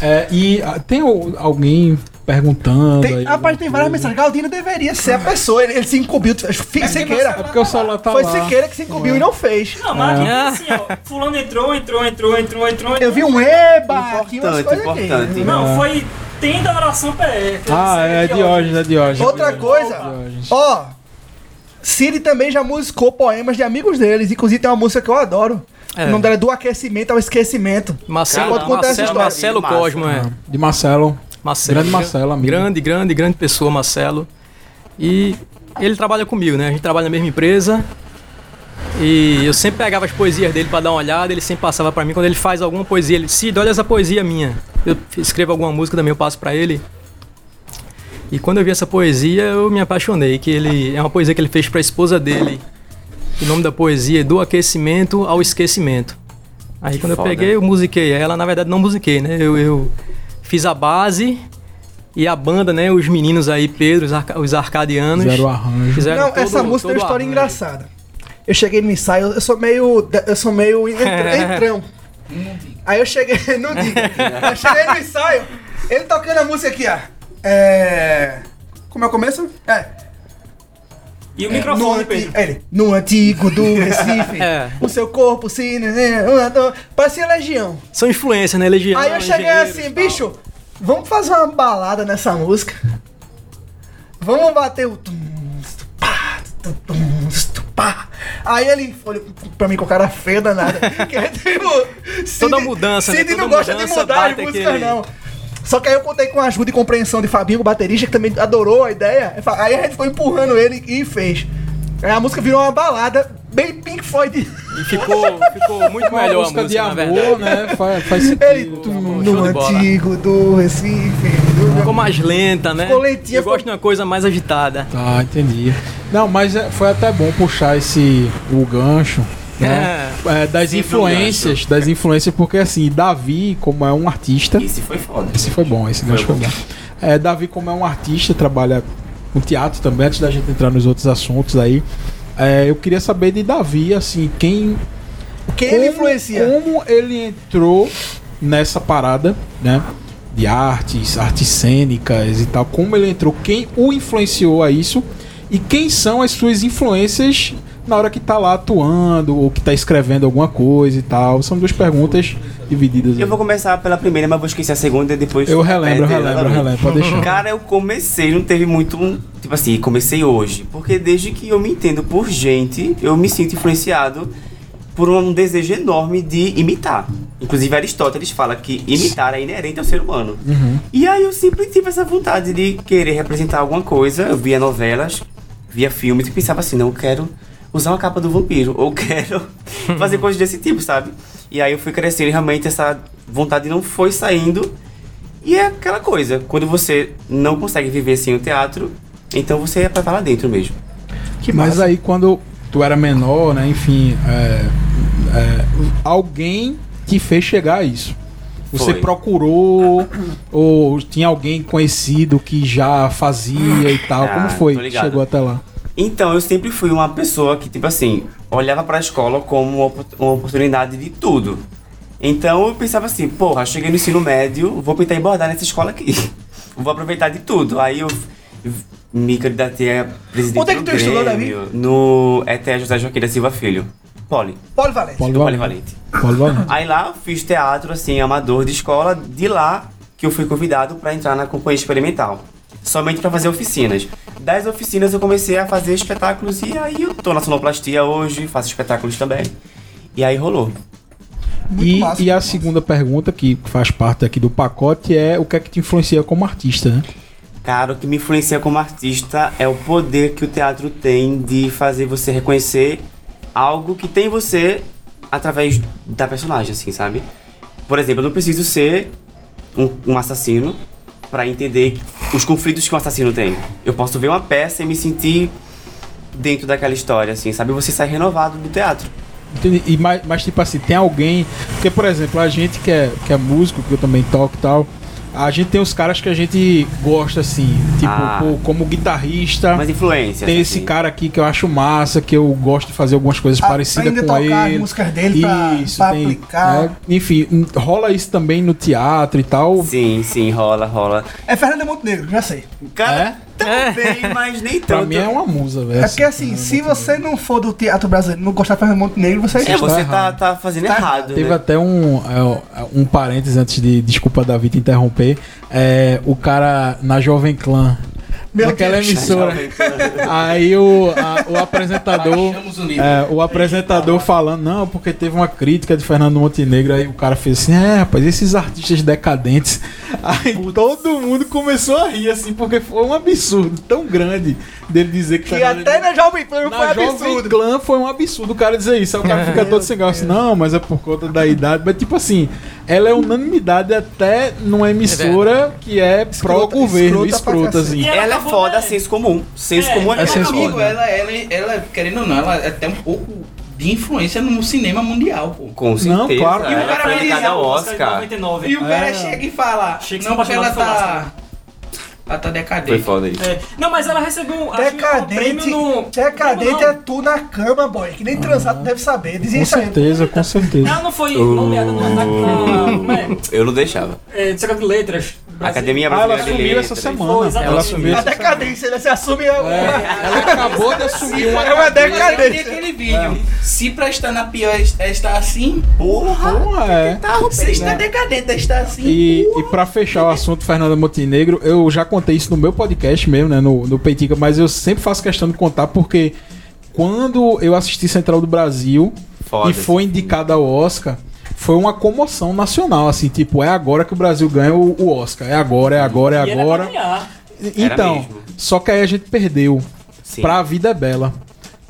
É, e ah, tem al- alguém perguntando.
Tem,
aí,
rapaz, tem várias mensagens. Galdino deveria ser a pessoa. Ele, ele se incumbiu. Fica
É
Sequeira.
porque o celular tá
Foi
lá.
Sequeira que se incumbiu e não fez.
Não, mas aqui é assim, ó. Fulano entrou, entrou, entrou, entrou, entrou.
Eu vi um eba aqui, umas
Importante,
coisas aqui.
importante.
Não, foi tem da oração PE.
Ah, é Diógenes, é Diógenes.
Outra coisa,
Diógenes.
ó. Cid também já musicou poemas de amigos deles. Inclusive tem uma música que eu adoro.
É.
O nome dela é Do Aquecimento ao Esquecimento.
Marcelo,
Pode
contar essa
Marcelo,
história.
Marcelo
Massa.
Cosmo, é.
De Marcelo.
Marcelo.
Grande Marcelo, amigo.
Grande, grande, grande pessoa, Marcelo. E ele trabalha comigo, né? A gente trabalha na mesma empresa. E eu sempre pegava as poesias dele pra dar uma olhada, ele sempre passava pra mim. Quando ele faz alguma poesia, ele Cid, olha essa poesia minha. Eu escrevo alguma música também, eu passo pra ele. E quando eu vi essa poesia, eu me apaixonei, que ele é uma poesia que ele fez pra esposa dele. O nome da poesia é Do Aquecimento ao Esquecimento. Aí quando
foda.
eu
né?
peguei, eu musiquei ela, na verdade não musiquei, né? Eu, eu fiz a base e a banda, né? Os meninos aí, Pedro, os, arca- os arcadianos.
Fizeram o arranjo.
fizeram
Não,
todo-
essa música tem
todo
uma história
arranjo.
engraçada. Eu cheguei no ensaio, eu sou meio. Eu sou meio entr- entrão. Aí eu cheguei. Não diga. eu cheguei no ensaio, ele tocando a música aqui, ó. É. Como é o começo? É.
E o
No,
microfone,
anti-
Pedro.
ele, no antigo do Recife,
É.
o seu corpo se. né, né, um, dois, Parecia legião.
São influência, né? Legião,
Aí eu cheguei
Engenheiros
assim,
e tal.
bicho, vamos fazer uma balada nessa música. Vamos bater o. tum, tupá, tum, tupá. Aí ele olhou pra mim com cara feia danada. que é tipo,
Toda
Cid-
mudança, né?
Cid não
Toda
gosta de
mudança
mudar as
bate
músicas,
aquele-
não. Só que aí eu contei com a ajuda e compreensão de Fabinho, o baterista, que também adorou a ideia. Aí a gente foi empurrando ele e fez. Aí a música virou uma balada bem Pink Floyd.
E ficou, ficou muito
Uma
melhor a
música
música,
de
na
amor,
verdade.
né? Faz, faz
Ele,
sentido.
show
no
de bola.
antigo do Recife. do meu
Ficou mais lenta, né?
Ficou lentinha,
Eu gosto
ficou-
de uma coisa mais agitada.
Tá, entendi. Não, mas é, foi até bom puxar esse o gancho. Né? É, das
Sempre um
influências, das influências, porque assim, Davi, como é um artista,
assim.
Isso foi foda.
Esse foi bom, esse gancho foi,
Foi
bom. É, Davi, como é um artista, trabalha com teatro também, antes da gente entrar nos outros assuntos aí. é, eu queria saber de Davi, assim, quem.
Quem ele
como-
influencia?
Como ele entrou nessa parada, né? De artes, artes cênicas e tal. Como ele entrou, quem o influenciou a isso e quem são as suas influências na hora que tá lá atuando ou que tá escrevendo alguma coisa e tal. São duas perguntas divididas.
Eu vou começar pela primeira, mas vou esquecer a segunda e depois.
Eu relembro, eu
É,
relembro, eu
exatamente.
relembro, pode deixar.
Cara, eu comecei, não teve muito um. Tipo assim, comecei hoje. Porque desde que eu me entendo por gente, eu me sinto influenciado por um desejo enorme de imitar. Inclusive, Aristóteles fala que imitar é inerente ao ser humano.
Uhum.
E aí eu sempre tive essa vontade de querer representar alguma coisa. Eu via novelas, via filmes e pensava assim: não, eu quero usar uma capa do vampiro, ou quero fazer coisas desse tipo, sabe? E aí eu fui crescendo e realmente essa vontade não foi saindo. E é aquela coisa, quando você não consegue viver sem o teatro, então você é pra estar lá dentro mesmo.
Mas aí quando tu era menor, né? Enfim, é, é, alguém te fez chegar a isso. Você
Foi.
procurou ou tinha alguém conhecido que já fazia e tal?
Ah,
Como
tô
foi? que
ligado.
Chegou até lá.
Então eu sempre fui uma pessoa que, tipo assim, olhava pra escola como uma opor- uma oportunidade de tudo. Então eu pensava assim, porra, cheguei no ensino médio, vou pintar e bordar nessa escola aqui. Vou aproveitar de tudo. Aí eu f- me candidatei a presidente
Onde é que
do
tu estudou,
Grêmio, No ETE José Joaquim da Silva Filho. Poli.
Polivalente.
Poli-
Polivalente.
Polivalente.
Aí lá eu fiz teatro, assim, amador de escola. De lá que eu fui convidado pra entrar na companhia experimental. Somente pra fazer oficinas. Das oficinas eu comecei a fazer espetáculos e aí eu tô na sonoplastia hoje, faço espetáculos também. E aí rolou.
Muito
E,
massa,
e a
muito
segunda pergunta, que faz parte aqui do pacote, é o que é que te influencia como artista, né?
Cara, o que me influencia como artista é o poder que o teatro tem de fazer você reconhecer algo que tem em você através da personagem, assim, sabe? Por exemplo, eu não preciso ser um, um assassino pra entender os conflitos que um assassino tem. Eu posso ver uma peça e me sentir dentro daquela história, assim, sabe? Você sai renovado do teatro.
Entendi. E, mas, mas, tipo assim, tem alguém. Porque, por exemplo, a gente que é, que é músico, que eu também toco e tal. A gente tem os caras que a gente gosta, assim. Tipo,
Ah.
pô, como guitarrista.
Mas influência. assim.
tem esse cara aqui que eu acho massa, que eu gosto de fazer algumas coisas parecidas
Aprende a
com
tocar
ele.
as músicas dele pra- pra aplicar.
né? enfim, rola isso também no teatro e tal.
Sim, sim, rola, rola.
É Fernanda Montenegro, já sei.
Cara,
É?
também, mas nem tanto.
Pra mim é uma musa, velho.
É porque assim, se você não for do teatro brasileiro e não gostar de Fernanda Montenegro, você
É, você tá,
errado.
tá fazendo
Tá
errado,
Teve
né?
até um, é, um parênteses antes de. Desculpa, Davi, te interromper. É, o cara na Jovem Clã.
Meu
naquela
Deus.
emissora. Aí o, a- o apresentador.
Baixamos o nível.
é, o apresentador falando, não, porque teve uma crítica de Fernando Montenegro. Aí o cara fez assim: é, rapaz, esses artistas decadentes. Aí todo mundo começou a rir, assim, porque foi um absurdo tão grande dele dizer que
Que
Fernando-
até na Jovem Pan foi
né?
um
na Jovem
absurdo. É.
Clã foi um absurdo o cara dizer isso. Aí o cara fica todo sem graça. Não, mas é por conta da idade. Mas, tipo assim, ela é unanimidade até numa emissora que é pró-governo,
escrota pra
escrota,
cacete.
assim.
E
Ela é
acabou,
foda,
né?
senso comum. Senso
É,
comum é
é senso
foda.
Amigo, ela, ela, ela, querendo ou não, ela é até um pouco de influência no cinema mundial, pô.
Com certeza.
Não, claro.
E o
Ela
cara
foi
me
indicada
diz,
ao Oscar.
99.
E o cara É. chega e fala,
Shakespeare
não, porque ela
apaixonado
tá... Ela tá
Foi
decadente.
foda isso.
É. Não, mas ela recebeu um, acho que um prêmio
Decadente,
no.
decadente é
prêmio
tu na cama, boy. Que nem transado deve saber. Dizia
Ah, Com
isso aí.
certeza, com
não.
certeza.
Ela não foi nomeada na. na, na como é?
Eu não deixava.
É, de Secretaria de Letras.
A
Brasil.
Academia
Ah, ela
Brasileira de
assumiu
Letras.
essa semana.
Foi,
Ela
exatamente.
assumiu
A
essa
decadência, ele se assume. É, uma-
Ela acabou de assumir uma.
é uma
Mas eu vi
decadência.
aquele vídeo. Se pra estar na pior é estar assim,
Porra!
Porra, é.
você está decadente, é estar assim.
E, e para fechar o assunto, Fernanda Montenegro, eu já contei isso no meu podcast mesmo, né? No, no Peitica, mas eu sempre faço questão de contar porque quando eu assisti Central do Brasil
Foda.
e foi indicada ao Oscar, foi uma comoção nacional, assim, tipo, é agora que o Brasil ganha o, o Oscar, é agora, é agora,
E
é
era
agora.
pra ganhar.
Era
Então,
mesmo.
só que aí a gente perdeu
Sim.
pra A Vida é Bela.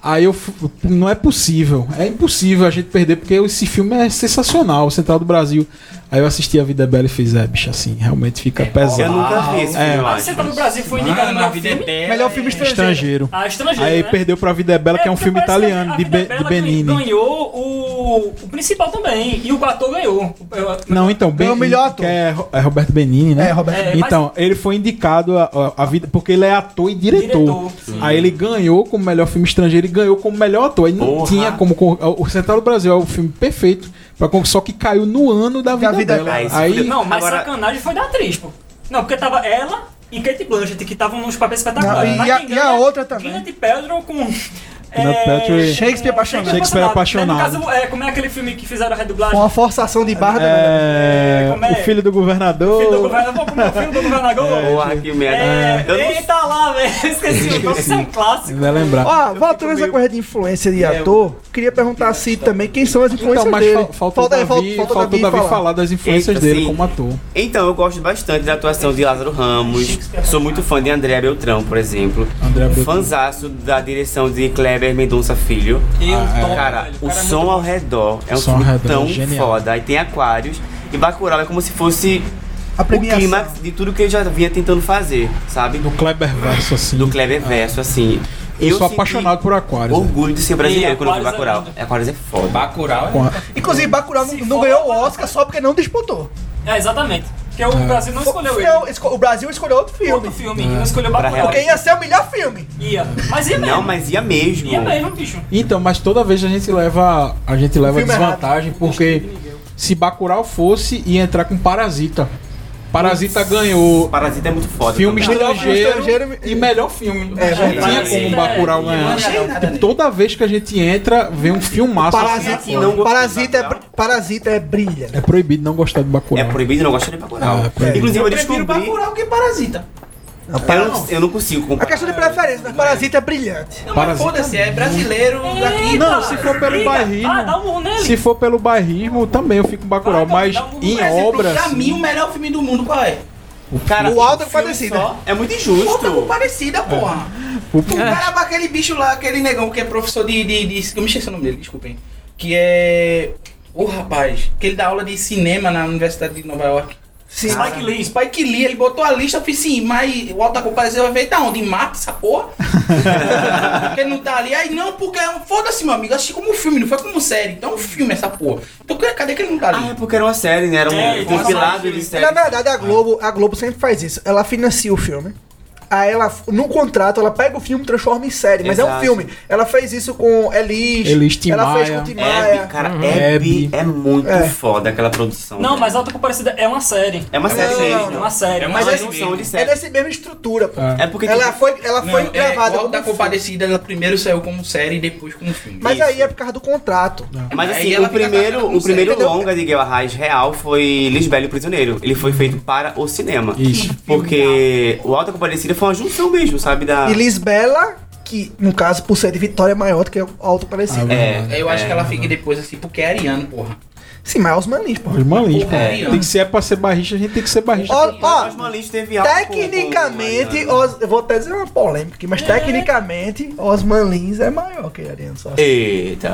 Aí eu. fu- Não é possível. É impossível a gente perder, porque esse filme é sensacional, Central do Brasil. Aí eu assisti A Vida é Bela e fiz, é, bicho, assim, realmente fica
Eu
pesado.
nunca vi esse
É.
filme, eu
Ah,
acho.
você tá no Brasil, foi indicado
na
no
vida
filme.
é
Melhor filme estrangeiro.
Estrangeiro.
Ah, estrangeiro.
Aí
né?
perdeu pra A Vida é Bela, que é um
porque
filme
parece que
italiano,
a
de,
Vida
Be-
Bela
de Benini.
ganhou o, o principal também. E o ator ganhou. Eu-
Não, então, Ben-
Ganhou o melhor ator.
que é, Ro- é Roberto Benini, né?
É, Roberto.
É,
Então, ele foi indicado a, a- a vida, porque ele é ator e diretor.
Diretor, sim.
Aí ele ganhou como melhor filme estrangeiro e ganhou como melhor ator. Ele não
Porra.
tinha como. con- O Central do Brasil é o filme perfeito, pra, con- só que caiu no ano da vida,
vida
dela.
dela.
Aí se
Aí, é,
fudeu.
Não, mas
Agora-
sacanagem foi da atriz, pô. Não, porque tava ela e Kate Blanchett, que estavam nos papéis espetaculares.
Não, e
Mas
a-
quem
e a
ganha é
outra também.
Gwyneth Paltrow com... é,
Paltrow e-
Shakespeare apaixonado.
Shakespeare apaixonado.
Né, No caso, é, como é aquele filme que fizeram a
Com
redublagem?
uma forçação de barra. né?
é,
É, como é?
o filho do governador.
Filho do governador, como é o filho do governador?
Porra, que merda.
É,
Eu não-
eita lá, velho, esqueci o nome, isso é um clássico.
Vai lembrar.
Ó, voltando essa coisa de influência de ator, queria perguntar assim também quem são as influências
É, Então, mas
dele.
fal- faltou
Falta-
Davi,
falta- falta
faltou
Davi
Davi falar.
falar.
das influências
Eita,
dele
sim.
como ator.
Então, eu gosto bastante da atuação de Lázaro Ramos. Sou muito fã de André Beltrão, por exemplo.
André Beltrão.
Fanzaço da direção de Kleber Mendonça Filho.
Ah,
Eu tomo,
Cara,
velho,
o
é
som
muito-
ao redor é um
Som ao
filme
redor,
tão
genial.
foda. Aí tem Aquários e Bacurau é como se fosse
A
o
premiação.
clímax de tudo que ele já vinha tentando fazer, sabe?
Do Kleber Verso, assim.
Do Kleber Verso, assim.
Eu, sou
senti
apaixonado por Aquários. né?
Orgulho de ser brasileiro
E
quando eu vi
Aquários é
Bacurau. Aquários é foda.
Bacurau
Com a-
Inclusive, Bacurau não,
Se
não
for-
ganhou o Oscar só porque não disputou.
É, exatamente. Porque o
Ah.
Brasil não escolheu ele.
Não, esco- o Brasil escolheu outro filme.
Outro filme, não escolheu Bacurau.
Porque ia ser o melhor filme.
Ia. Mas ia mesmo.
Não, mas ia mesmo.
né? Ia mesmo, bicho.
Então, mas toda vez a gente leva a gente leva
Filme é
desvantagem porque se Bacurau fosse ia entrar com Parasita. Parasita Tá, ganhou
Parasita é muito foda.
filme
também.
Melhor filme
estrangeiro,
estrangeiro
e melhor filme.
É
não tinha
verdade.
como o Bacurau
Eu
ganhar.
não achei nada
Tipo,
nele.
toda vez que a gente entra, vem um filmaço.
Parasita,
assim.
não gostei
parasita, é,
da-
br- parasita é brilha.
É proibido não gostar de
É
Bacurau.
proibido, não gosta de Bacurau.
Ah, é proibido.
Inclusive, eu
Eu
descobri...
prefiro Bacurau que Parasita.
Eu não, eu não consigo
A
comparar.
questão de preferência, mas parasita é brilhante.
Não, mas
Parasita.
foda-se, é brasileiro daqui.
Não,
Eita,
se for pelo
briga.
bairrismo.
né?
Ah, dá um nele.
Se for pelo bairrismo, também eu fico com Bacurau.
Vai,
Mas
dá um-
em
Por exemplo,
obra,
Pra
assim,
mim, o melhor filme do mundo, qual é?
Cara,
O Aldo é
filme
parecido.
só É muito
Volta pro
injusto.
Parecida, porra.
o-
O cara pra aquele bicho lá, aquele negão que é professor de. de, de- eu me esqueci o nome dele, desculpem. Que é. O rapaz, que ele dá aula de cinema na Universidade de Nova York.
Sim.
Spike Lee.
Spike Lee, ele botou a lista, eu falei assim, mas o Alta Compadecida vai ver da onde? Em Marte, essa porra? porque ele não tá ali. Aí não, porque é um. Foda-se, meu amigo, eu assisti como um filme, não foi como série. Então é um filme essa porra. Então cadê que ele não tá
Ah, é
ali?
porque era uma série, né? Era um
É, então,
compilado
mas-
de
Na
série.
verdade, a Globo, a Globo sempre faz isso. Ela financia o filme. Aí ela, no contrato, ela pega o filme e transforma em série. Mas é um
Exato.
filme. Ela fez isso com Elis.
Elis, Tim
ela fez
Maia.
com Tim
Hebe,
Maia.
cara,
Hebe.
Hebe é muito
né? É.
foda aquela produção.
Não, mas Alta Comparecida é uma série.
É uma série
não,
mesmo.
É uma série.
É uma
Mas
Mas
é
é
série.
produção de
É
série.
dessa mesma estrutura, pô.
É.
É porque
Ela
tipo,
foi, ela foi
Não,
gravada
é, o
como
Alta
filme.
Compadecida, ela primeiro saiu como série e depois como filme.
Mas
Isso.
aí é por causa do contrato.
Mas
Aí
assim,
ela
o
fica
primeiro,
casada com
o primeiro
série.
longa de Guerra Raiz real foi Lisbelo e o Prisioneiro. Ele foi feito para o cinema.
Isso.
Porque o Alta Comparecida foi uma junção mesmo, sabe? Da...
E Lisbela, que no caso, por ser de Vitória, é maior do que o Alto Parecido.
Ah,
É,
Hum. Eu acho
é.
que ela fica depois assim, porque é ariano, porra.
Sim, mas é os manis, pô.
Os malinhos, pô.
É.
Tem que ser é pra ser barrista, a gente tem que ser barrista.
Ó, ó,
Mas Malins teve algo com- com
Tecnicamente,
né?
Mariana.
os- eu vou até dizer uma polêmica aqui, mas tecnicamente, Osman Lins é maior que Ariano Suassuna.
É. Eita.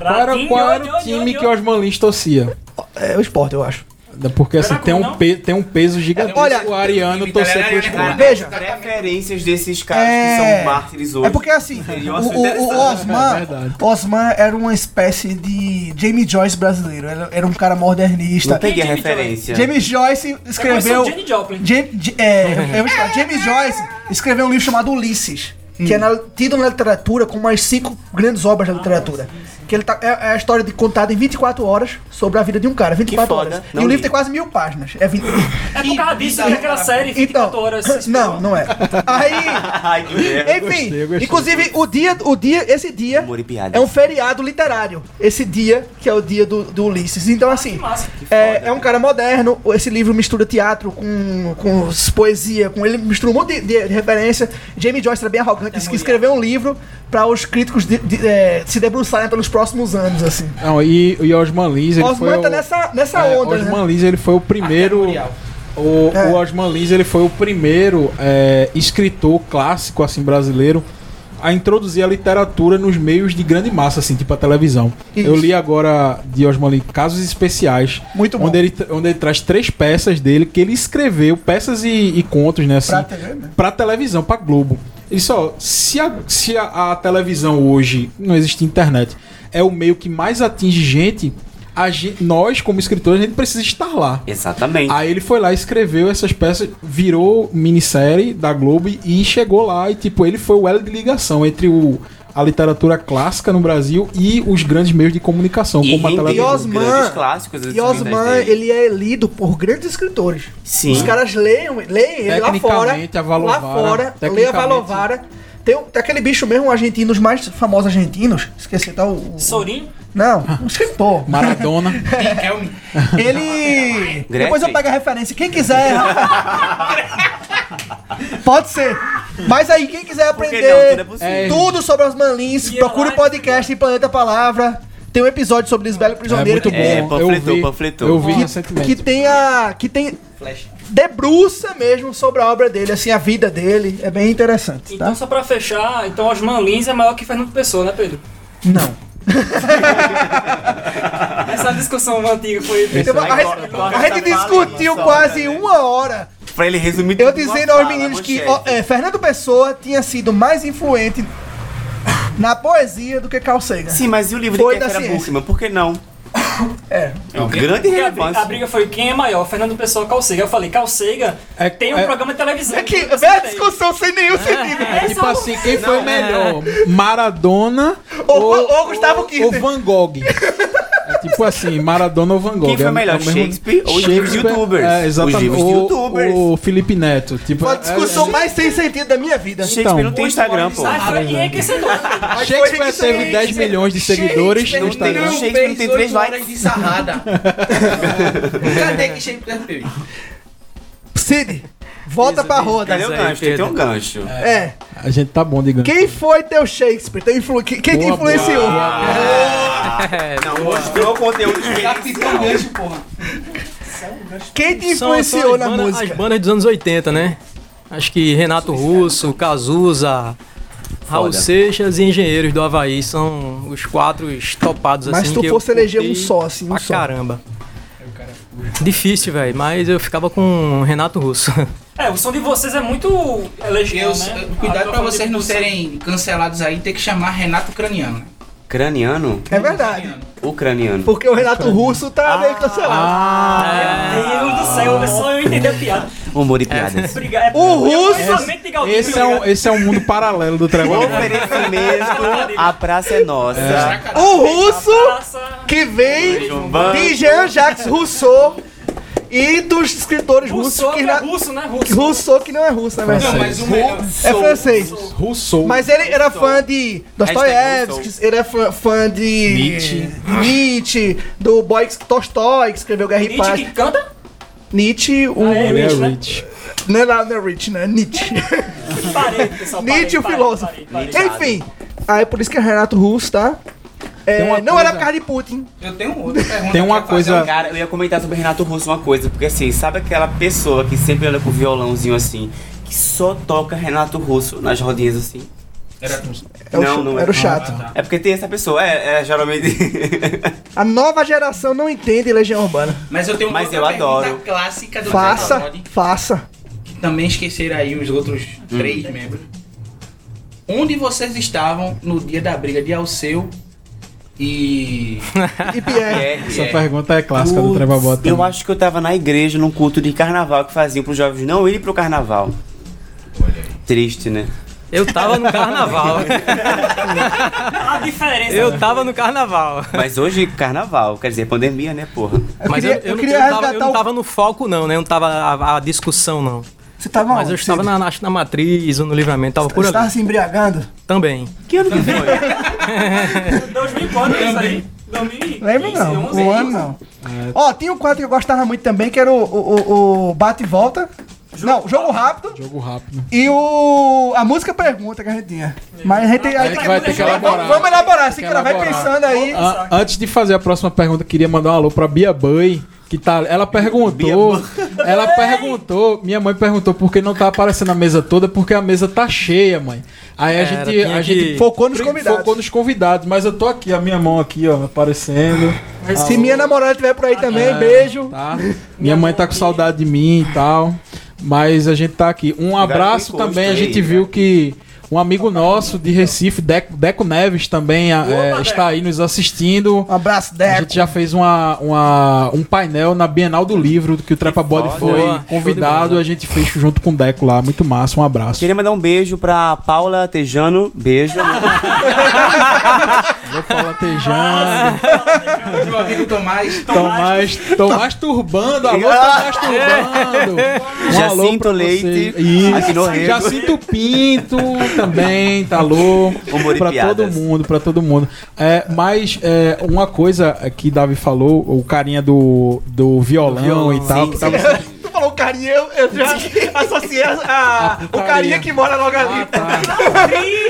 Qual era, qual era o time que o Osman Lins torcia?
É o esporte, eu acho.
Porque assim, tem um,
Veracruz,
pe- tem um peso gigantesco.
É, Olha,
o Ariano
time
torcer pro
italiano,
esporte.
né,
Veja.
Preferências desses caras que
É.
são mártires hoje.
É porque assim,
Seria um
o,
assunto
o, o
interessante.
É
Osman,
verdade.
Osman era uma espécie de Jamie Joyce brasileiro. Era, era um cara
Não
modernista.
peguei a
Jamie
referência.
Jamie Joyce escreveu.
Jenny Joplin.
Jam- J- é, eu vou falar, James Joyce escreveu um livro chamado Ulisses, que é na- tido na literatura como as cinco grandes obras
Ah,
da literatura. Que ele tá- é, é a história de, contada em 24 horas sobre a vida de um cara, 24
foda,
horas. E
não
o livro
li.
tem quase mil páginas. É 20...
É por causa disso que aquela série fica
então,
horas. se
não,
esperou.
não é. Aí,
Ai, que merda.
enfim,
É, gostei, eu gostei.
inclusive o dia, o dia, esse dia
Humor e piadas.
é um feriado literário. Esse dia que é o dia do, do Ulisses. Então
Ah,
assim,
massa, que
é,
foda,
é um cara moderno. Esse livro mistura teatro com, com s- poesia, com ele mistura um monte de, de- de referência. Jamie Joyce era bem
É
arrogante, disse que escreveu um livro para os críticos de- de- é, se debruçarem pelos próximos anos assim.
Não, e, e Osman Lins, ele foi.
Osman tá
o-
nessa nessa
é,
onda, né?
Osman Lins, ele foi o primeiro.
Arqueatorial.
O,
É.
o Osman Lins ele foi o primeiro é, escritor clássico assim brasileiro a introduzir a literatura nos meios de grande massa, assim, tipo a televisão.
Isso.
Eu li agora de Osman Lins Casos Especiais,
Muito bom.
onde ele tra- onde ele traz três peças dele que ele escreveu, peças e, e contos, né, assim,
Pra TV, né?
pra televisão, pra Globo. E só, se, a, se a, a televisão hoje não existe internet, é o meio que mais atinge gente, a gen- nós, como escritores, a gente precisa estar lá.
Exatamente.
Aí ele foi lá, escreveu essas peças, virou minissérie da Globo e chegou lá. E, tipo, ele foi o elo de ligação entre o, a literatura clássica no Brasil e os grandes meios de comunicação, como a
rendeu
televisão.
Osman-
grandes clássicos assim, das
E Osman,
atividades
ele
dele.
é lido por grandes escritores.
Sim.
Os caras leiam, leem ele lá fora.
Tecnicamente, a Valovara-
Lá fora, leia a
tecnicamente-
Valovara. Tem, um- tem aquele bicho mesmo, um argentino, os mais famosos argentinos. Esqueci, tá? O, o-
Sorin?
Não, um escritor.
Maradona.
É
Kelme.
Ele.
Gretchen.
Depois eu pego a referência. Quem quiser. Pode ser. Mas aí, quem quiser
Por que não? Tudo é
aprender
possível.
É.
tudo sobre os manlins,
E
procure o
eu
podcast em Planeta Palavra. Tem um episódio sobre Lisbelo Prisioneiro
muito
que-
bom.
É, panfletou,
eu vi,
panfletou.
Eu vi
que-
recentemente.
que tem a. que tem
Flash.
debruça mesmo sobre a obra dele, assim, a vida dele. É bem interessante,
Então,
tá?
só pra fechar, então Osman Lins é maior que Fernando Pessoa, né, Pedro?
Então,
Não.
Essa discussão antiga foi.
Eu- a,
vai
gente-
embora, corta
a gente
essa fala,
discutiu
só,
quase
né, né?
uma hora.
Pra ele resumir
Eu
tudo numa
dizendo aos
fala,
meninos que
manchete.
ó, é, Fernando Pessoa tinha sido mais influente na poesia do que Carl Sagan.
Sim, mas e o livro
Foi
de
da
Kéfera
ciência.
Buchmann? Por que não?
É.
É um
Porque
grande
a briga- A,
relevância.
briga foi quem é maior, Fernando Pessoa ou Calcega. Eu falei, Calcega
É-
tem um
é-
programa de televisão.
É que
Eu
vê a
citei.
discussão sem nenhum sentido.
É,
Tipo
um
só-
assim, quem foi melhor? Maradona
Ou- ou Gustavo Kirchner.
Ou Van Gogh. É Tipo assim, Maradona ou Van Gogh.
Quem foi
É o
melhor,
mesmo-
Shakespeare ou os livros de youtubers?
É, exatamente.
Os livros de youtubers.
O, o Felipe Neto. Tipo,
Foi a
é-
discussão mais sem sentido da minha vida.
Shakespeare não tem Instagram, pô.
Sai fora e enriquecedor.
Mas foi
Shakespeare
difícil.
teve 10 milhões de seguidores tá no
Shakespeare
Instagram.
não Shakespeare tem três likes.
de sarrada. Cadê que Shakespeare fez?
Cid, volta pra roda.
Cadê o
Mas aí,
gancho? Tem que ter um gancho.
É.
A gente tá bom, digamos.
Quem foi teu Shakespeare? Teu influ... Quem te
Boa,
influenciou?
É,
Não, mostrou o conteúdo de
Capitão Gancho, porra.
Quem te
são- são
influenciou
as
na
bandas-
música?
As bandas dos anos 80, né? Acho que Renato Russo, Cazuza, Raul
Foda.
Seixas e Engenheiros do Havaí são os quatro os topados
Mas
assim.
se tu
que eu
fosse eleger um
curti
só, assim, um
pra
só.
Caramba. Difícil, velho, mas eu ficava com Renato Russo.
É, o som de vocês é muito elegido,
Eu,
né?
cuidado pra vocês não
serem.
serem cancelados aí, tem que chamar Renato Ucraniano. né?
Craniano?
É verdade.
Ucraniano.
Porque o Renato Russo
Ah,
tá meio cancelado.
Meu Deus do
Ah.
céu, é só eu entender a piada.
Humor e piadas.
Obrigado. é
O
porque eu
russo-
somente digo ao
Esse
Tito,
é, um,
obrigado.
esse é um mundo paralelo do trabalho.
É.
Oferecimento, a praça é nossa.
O Russo
Praça-
que vem
Banco.
de Jean-Jacques Rousseau e dos escritores russos
Russo
que,
que
na...
é russo, né? Russo.
Rousseau que não é russo, na verdade.
Não, mas o melhor.
É francês.
Rousseau.
Mas ele era fã de Dostoiévski,
Hashtag
ele era fã, fã de
Nietzsche.
Nietzsche, do boy Tolstói, que escreveu Guerra e
Nietzsche
Paz.
que canta?
Nietzsche, o.
Ah,
Ele é
Rich, né?
rich.
Não é lá, não é Rich, né? Nietzsche.
Parei, pessoal. parei,
Nietzsche, o
parei,
filósofo.
parei, parei.
Enfim, aí por isso que é Renato Russo, tá? É,
Tem uma
não
coisa-
era por causa de Putin.
Eu tenho outra pergunta.
Tem uma
que eu ia fazer.
coisa-
Cara, eu ia comentar sobre Renato Russo uma coisa, porque assim, sabe aquela pessoa que sempre anda com o violãozinho assim, que só toca Renato Russo nas rodinhas assim?
Era com-
É o
Não,
ch-
não é.
era o chato.
É porque tem essa pessoa, é, é geralmente.
A nova geração não entende Legião Urbana.
Mas eu tenho uma
Mas
outra
eu
pergunta
adoro.
clássica do
Faça,
Zé Pagode,
faça.
que também esqueceram aí os outros três membros. Onde vocês estavam no dia da briga de Alceu e.
E Pierre.
É,
Essa
é.
pergunta é clássica do
Putz,
Trebabota.
Eu acho que eu tava na igreja num culto de carnaval que faziam pros jovens não irem pro carnaval. Triste, né?
Eu tava no carnaval.
A diferença.
Eu tava no carnaval.
Mas hoje, carnaval, quer dizer, pandemia, né, porra?
Mas eu,
queria-
eu,
eu
não-
queria
eu tava, eu
resgatar
não
o-
tava no foco, não, né? Eu não tava a, a discussão, não.
Você tava
Mas eu estava na, acho, na matriz ou no livramento, tava por
Você tava
ali.
se embriagando?
Também.
Que ano que foi?
2004 é isso aí. 2015,
Lembro não,
11,
o ano não. Ó, tinha um quadro que eu gostava muito também, que era o, o, o- o Bate e Volta. não, Jogo Rápido
Jogo rápido.
e o. A música pergunta que a gente tinha. Mas a gente, a
A
gente
gente vai ter que
vamos-
elaborar.
Vamos elaborar, assim
Tem
que
que
ela vai
elaborar. Ah,
pensando aí.
A- antes de fazer a próxima pergunta, queria mandar um alô pra Bia Bui, que tá. Ela perguntou. ela perguntou. Minha mãe perguntou por que não tá aparecendo a mesa toda, porque a mesa tá cheia, mãe. Aí a
Era,
gente.
tinha
A
que-
gente
Focou nos
pri-
convidados.
Focou nos convidados, mas eu tô aqui, a minha mão aqui, ó, aparecendo.
Se minha namorada estiver por aí também, beijo.
Tá? Minha mãe tá com saudade de mim e tal. Mas a gente tá aqui. Um abraço
encosto
também, a
aí,
gente
cara.
né?
viu que um amigo nosso de Recife, Deco, Deco Neves, também é, está aí nos assistindo.
Um abraço,
A
Deco.
gente já fez uma, uma- um painel na Bienal do Livro, que o Trepa Body
foda.
foi
Boa, show de
convidado.
bola.
A gente fez junto com o Deco lá. Muito massa, um abraço.
Queria mandar um beijo pra Paula Tejano. Beijo.
Paula Tejano,
Meu amigo Tomás.
Tomás, Tomás Turbando, alô Tomás Turbando. Um alô
Jacinto
pra você.
Leite, aqui no
Isso,
Rego.
Jacinto Pinto também, tá alô.
Humor e
Pra
piadas.
todo mundo, pra todo mundo. É, mas é, uma coisa que Davi falou, o carinha do, do violão,
violão,
e tal,
sim,
que
sim.
tava
Tu falou carinha, eu, eu já associei a- a- o
carinha.
carinha que mora logo ali.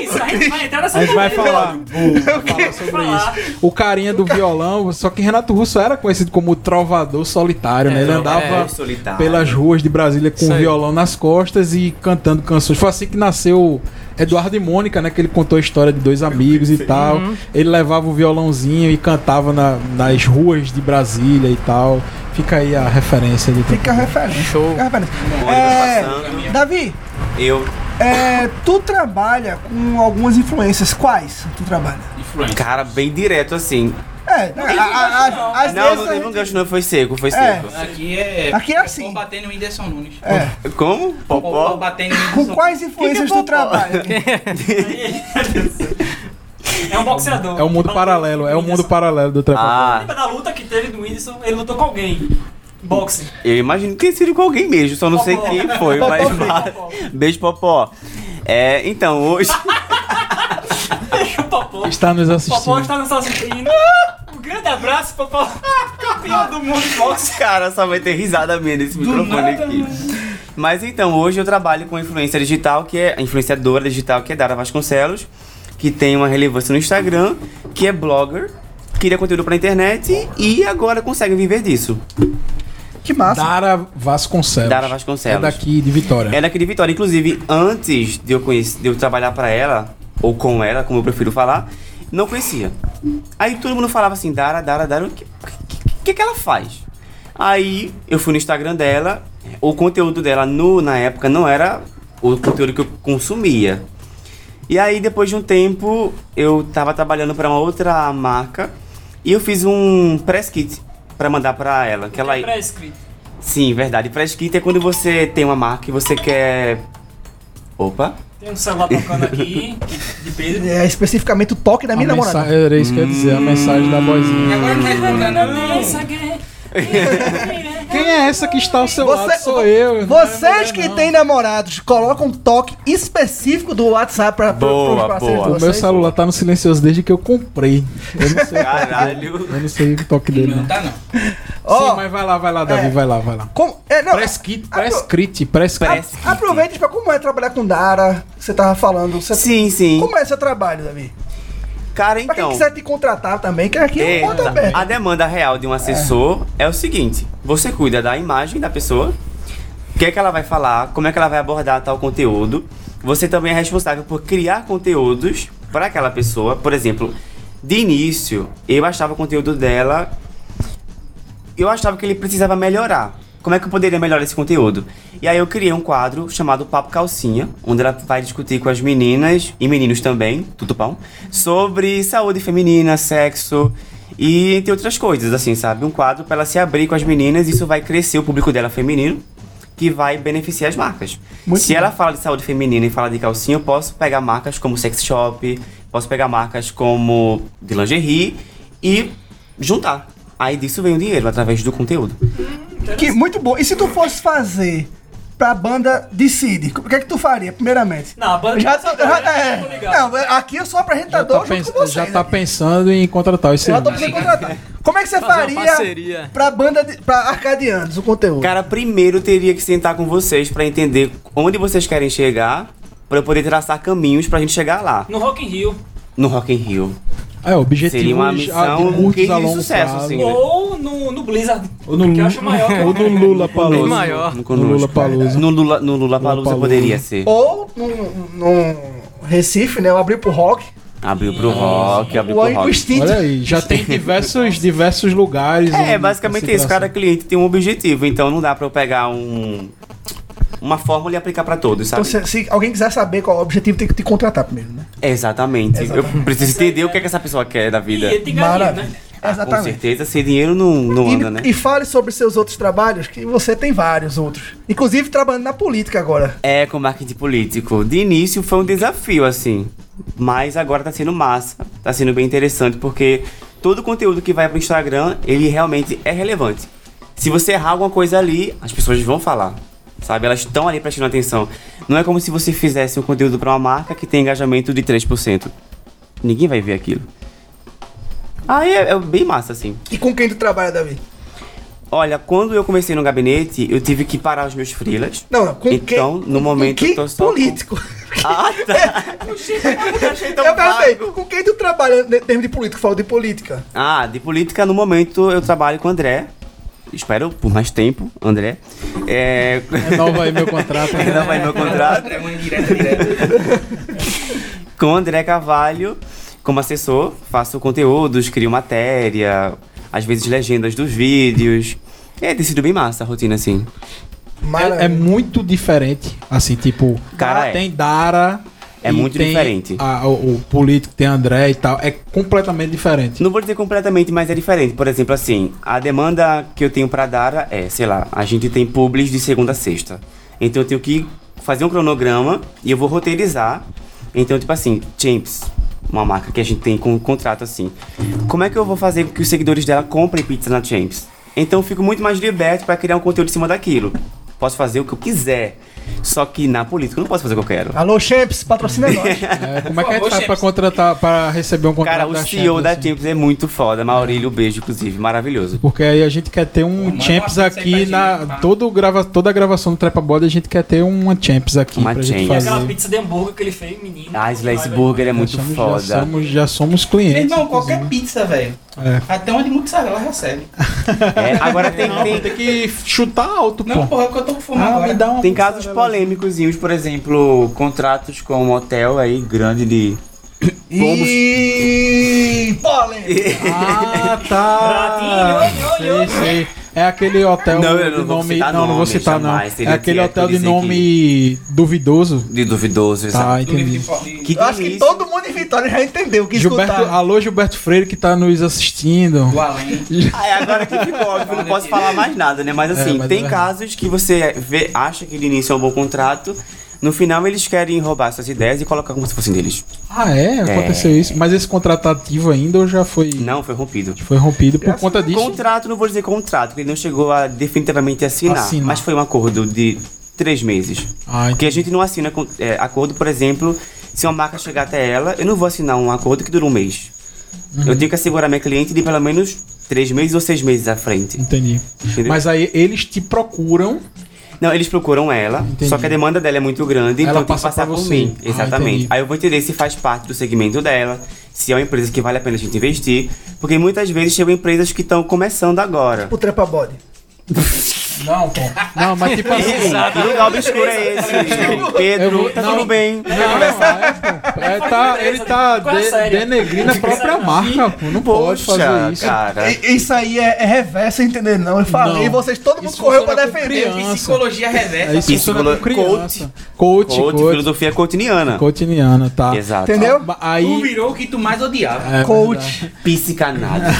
Isso, a gente vai entrar nessa
A gente vai
polêmica.
falar, vou falar sobre
falar.
isso. O carinha do violão, só que Renato Russo era conhecido como o trovador solitário, né? Ele
é,
andava
é, solitário.
pelas ruas de Brasília com
Isso
o
aí.
violão nas costas e cantando canções. Foi assim que nasceu Eduardo e Mônica, né? Que ele contou a história de dois amigos e tal.
Uhum.
Ele levava o violãozinho e cantava na- nas ruas de Brasília e tal. Fica aí a referência do
Fica a referência.
Show.
Fica a referência.
Ônibus
É,
passando.
Davi,
Eu.
é, tu trabalha com algumas influências. Quais tu trabalha?
Cara, bem direto assim.
É, a- a- a- às
Não, não
vezes. a
teve um
gente-
gancho, não. Foi seco, foi
É.
seco.
Aqui é.
Aqui é assim.
Popó batendo em Whindersson Nunes.
É.
Como?
Popó
Popó? é
batendo em Whindersson
Com quais influências
Que que é
tu trabalha?
É um um boxeador.
É um mundo paralelo, é um mundo paralelo do Trepabode.
Ah,
Lembra da luta que teve do Whindersson? Ele lutou com alguém. Boxe.
eu imagino que tenha sido com alguém mesmo, só não sei
Popó.
quem foi, mas. Beijo, Popó. É, então, hoje.
O
Ah.
Popó.
Está nos
Popó
assistindo.
está nos assistindo. Um grande abraço, Popó. Campeão do mundo de boxe.
Cara, só vai ter risada minha nesse microfone
nada,
aqui.
mano.
Mas então, hoje eu trabalho com influência digital, que é a influenciadora digital, que é Dara Vasconcelos, que tem uma relevância no Instagram, que é blogger, cria conteúdo pra internet e agora consegue viver disso.
Que massa.
Dara Vasconcelos.
Dara Vasconcelos.
É daqui de Vitória.
Ela é aqui de Vitória. Inclusive, antes de eu, conhecer, de eu trabalhar pra ela, ou com ela, como eu prefiro falar, não conhecia. Aí todo mundo falava assim, Dara, Dara, Dara, o que, que, que, que ela faz? Aí eu fui no Instagram dela, o conteúdo dela no, na época não era o conteúdo que eu consumia. E aí, depois de um tempo, eu tava trabalhando pra uma outra marca e eu fiz um press kit pra mandar pra ela. Que ela...
Pré-escrito.
Sim, verdade. Press kit é quando você tem uma marca e você quer. Opa!
Tem um celular tocando aqui, de Pedro.
É especificamente o toque da
A
minha namorada.
mensa- Era isso que eu ia
Hum.
dizer, a mensagem da vozinha.
Agora não responda, não.
Não.
Quem é essa que está ao seu
Você-
lado? Sou eu. né? é
Vocês que têm namorados, colocam um toque específico do WhatsApp pra, pra,
Boa,
pros parceiros
boa.
de
O meu
vocês?
celular tá no silencioso desde que eu comprei. Eu não sei.
Caralho!
Eu não sei o toque dele.
Não
Não.
tá, não.
Ó,
Sim, mas vai lá, vai lá, Davi,
é.
vai lá, vai lá.
como- é, não,
Prescrit, prescrit, prescrit.
a- aproveite pra como é trabalhar com Dara, que você tava falando. Você-
Sim, sim.
Como é seu trabalho, Davi?
Cara,
Pra quem
então.
quiser te contratar também, que aqui é um ponto
Eita,
aberto.
a demanda real de um assessor é. o seguinte: você cuida da imagem da pessoa, o que é que ela vai falar, como é que ela vai abordar tal conteúdo. Você também é responsável por criar conteúdos para aquela pessoa. Por exemplo, de início, eu achava o conteúdo dela eu achava que ele precisava melhorar. Como é que eu poderia melhorar esse conteúdo? E aí eu criei um quadro chamado Papo Calcinha, onde ela vai discutir com as meninas e meninos também, tudo bom, sobre saúde feminina, sexo e entre outras coisas, assim, sabe? Um quadro para ela se abrir com as meninas, isso vai crescer o público dela feminino, que vai beneficiar as marcas. se ela fala de saúde feminina e fala de calcinha, eu posso pegar marcas como sex shop, posso pegar marcas como de lingerie e juntar. Aí disso vem o dinheiro, através do conteúdo.
Que, muito bom. E se tu fosse fazer pra banda de Cid, o que é que tu faria, primeiramente?
Não, a banda
Já,
tá-
tô- já,
já tô
é.
ligado.
Não, aqui eu sou
Já tá,
apresentador
pens-
junto com vocês. né?
já tá
aqui.
pensando em contratar esse
Eu já tô
serviço.
precisando tá contratar. Como é que você
Fazer uma
faria
parceria.
pra banda de, pra arcadianos o conteúdo?
Cara, primeiro eu teria que sentar com vocês pra entender onde vocês querem chegar, pra eu poder traçar caminhos pra gente chegar lá,
No Rock in Rio.
no Rock in Rio.
É, objetivo
Seria uma
de
missão
curtos
que
a longo
sucesso,
prazo.
assim.
Ou no, no Blizzard.
é? Ou no
que eu
Lula,
acho maior que
ou no Lula Palusa.
Maior.
No,
No Lula Palusa.
No Lula, no Lula Palusa
Lollapalooza.
poderia ser.
Ou num, num Recife, né? Eu abri pro rock.
Abriu pro rock, abriu
O
pro
ônibus
rock.
instinto.
Olha aí, já tem diversos, diversos lugares.
É,
onde
basicamente
esse
isso. Cada cliente tem um objetivo, então não dá pra eu pegar um uma fórmula e aplicar pra todos,
Então,
sabe?
se, se alguém quiser saber qual é o objetivo, tem que te contratar primeiro, né?
Exatamente. Eu preciso entender o que, é que essa pessoa quer da
E
vida.
ele tem ganho,
Maravilha.
né?
Ah, Com
Exatamente.
certeza, sem dinheiro não, não
E,
anda, né?
e fale sobre seus outros trabalhos, que você tem vários outros. Inclusive trabalhando na política agora.
É, com marketing político. De início foi um desafio, assim. Mas agora tá sendo massa, tá sendo bem interessante, porque todo o conteúdo que vai pro Instagram, ele realmente é relevante. Se você errar alguma coisa ali, as pessoas vão falar. Sabe? Elas estão ali prestando atenção. Não é como se você fizesse um conteúdo pra uma marca que tem engajamento de 3%. Ninguém vai ver aquilo. Aí é- é bem massa, assim.
E com quem tu trabalha, Davi?
Olha, quando eu comecei no gabinete, eu tive que parar os meus freelas.
Não, não, com quem?
Então, no momento,
com
eu
quem
tô só com-
político. É,
Ah, tá. Achei tão
eu perguntei,
vago.
com quem tu trabalha em termos de político? Falo de política.
Ah, de política, no momento, eu trabalho com o André. Espero por mais tempo, André. É...
Renova aí meu contrato. né?
Ainda vai meu contrato.
Outra, mãe, direto, direto.
Com o André Carvalho, como assessor, faço conteúdos, crio matéria, às vezes legendas dos vídeos. É, tem sido bem massa a rotina, assim.
É, é muito diferente, assim, tipo,
Cara, é.
tem Dara.
É
e
muito
tem
diferente.
a- o, o político tem André e tal. É completamente diferente.
Não vou dizer completamente, mas é diferente. Por exemplo, assim, a demanda que eu tenho pra Dara é, sei lá, a gente tem publis de segunda a sexta. Então eu tenho que fazer um cronograma e eu vou roteirizar. Então, tipo assim, Champs, uma marca que a gente tem com um contrato assim. Como é que eu vou fazer com que os seguidores dela comprem pizza na Champs? Então eu fico muito mais liberto para criar um conteúdo em cima daquilo. Posso fazer o que eu quiser. Só que na política eu não posso fazer o que eu quero.
Alô, Champs, patrocina nós.
É, como é que a gente faz
favor,
pra
Champs.
contratar, pra receber um contrato
Cara, o CEO
da Champions,
da
assim?
Champs é muito foda. Maurílio, beijo, inclusive. Maravilhoso.
Porque aí a gente quer ter um
manda
Champs
uma pizza aí
aqui
pra gente,
na.
tá?
Todo grava, toda a gravação do Trepa Body a gente quer ter uma Champs aqui
Uma
pra gente
Champs.
Aquela
fazer.
pizza de hambúrguer que ele fez, menino.
Ah, Slice Burger é
Já
muito
somos-
foda.
Já somos, já somos
Meu
clientes.
irmão, qualquer pizza, velho. Até onde mussarela recebe.
É, agora tem, tem,
Tem que chutar alto,
Não,
pô.
porra, é que eu tô com fome
Ah, me
agora.
dá uma
Tem casos polêmicos, por exemplo, contratos com um hotel aí grande de. Pomos.
E... polêmica.
Ah, tá.
Ratinho,
sei, sei. É aquele hotel
Não, eu não
de
vou
nome.
citar
Não, não vou
nome,
citar, não.
jamais.
É
Seria
aquele
direto
hotel de
dizer
nome duvidoso.
De duvidoso,
Tá,
exato.
Do livro de
entendi.
fo- de-
Que
Eu acho que
delícia.
todo mundo em Vitória já entendeu o que
Gilberto,
escutaram.
alô, Gilberto Freire que tá nos assistindo.
Do além.
Ah, é agora que ficou óbvio, não posso falar mais nada, né? Mas assim,
É, mas é
tem
verdade.
casos que você vê, acha que de início é um bom contrato, no final eles querem roubar suas ideias e colocar como se fossem deles.
Ah, é? Aconteceu isso. Mas esse contrato tá ativo ainda ou já foi,
Não, foi rompido.
foi rompido por conta disso?
Contrato, não vou dizer contrato, porque ele não chegou a definitivamente assinar,
Assinar.
mas foi um acordo de três meses.
Ah,
Porque a gente não assina con- é, acordo, por exemplo, se uma marca chegar até ela, eu não vou assinar um acordo que dura um mês.
Uhum.
Eu tenho que assegurar minha cliente de pelo menos três meses ou seis meses à frente.
entendi.
Entendeu?
Mas aí eles te procuram.
Não, eles procuram ela,
Entendi.
só que a demanda dela é muito grande,
Ela
então tem que
passa
passar
pra
por
você.
mim.
Ah,
Exatamente.
entendi.
Aí eu vou entender se faz parte do segmento dela, se é uma empresa que vale a pena a gente investir. Porque muitas vezes chegam empresas que estão começando agora.
O é trepa body.
Não, pô. Não, mas tipo assim.
Que lugar obscuro é esse?
Eu
Pedro,
vou-
tá
não.
tudo bem.
Não, não, é, pô. É, tá, ele tá
Qual é a
de-
série?
denegrindo a própria marca, pô. Não pode
Poxa,
fazer isso.
cara.
I- Isso aí é, é reversa, entender não. Eu falei,
Não.
vocês, todo mundo
Isso
correu pra
funciona com
defender.
criança.
Psicologia reversa.
É isso funciona
Psicolo-
com criança. Coach,
Coach,
coach.
filosofia cotidiana.
Cotidiana, tá.
Exato.
Entendeu?
Tu
Aí.
virou o que tu mais odiava.
É,
Coach.
Psicanálise.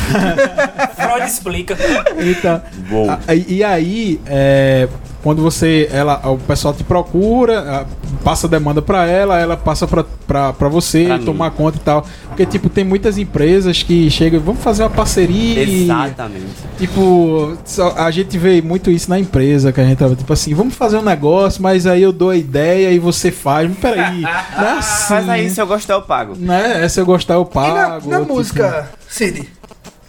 Freud explica.
Eita.
Uou.
então, A- E e aí, é, quando você, ela, o pessoal te procura, a- passa demanda pra ela, ela passa pra, pra, pra você
Pra mim.
tomar conta e tal. Porque, tipo, tem muitas empresas que chegam, vamos fazer uma parceria. e,
Exatamente.
Tipo, só- a gente vê muito isso na empresa, que a gente tava, tipo assim, vamos fazer um negócio, mas aí eu dou a ideia e você faz. Mas Peraí, não é assim,
Faz aí, se eu gostar, eu pago.
né? É, Se eu gostar, eu
E
pago.
na, na
tipo,
música, Cid?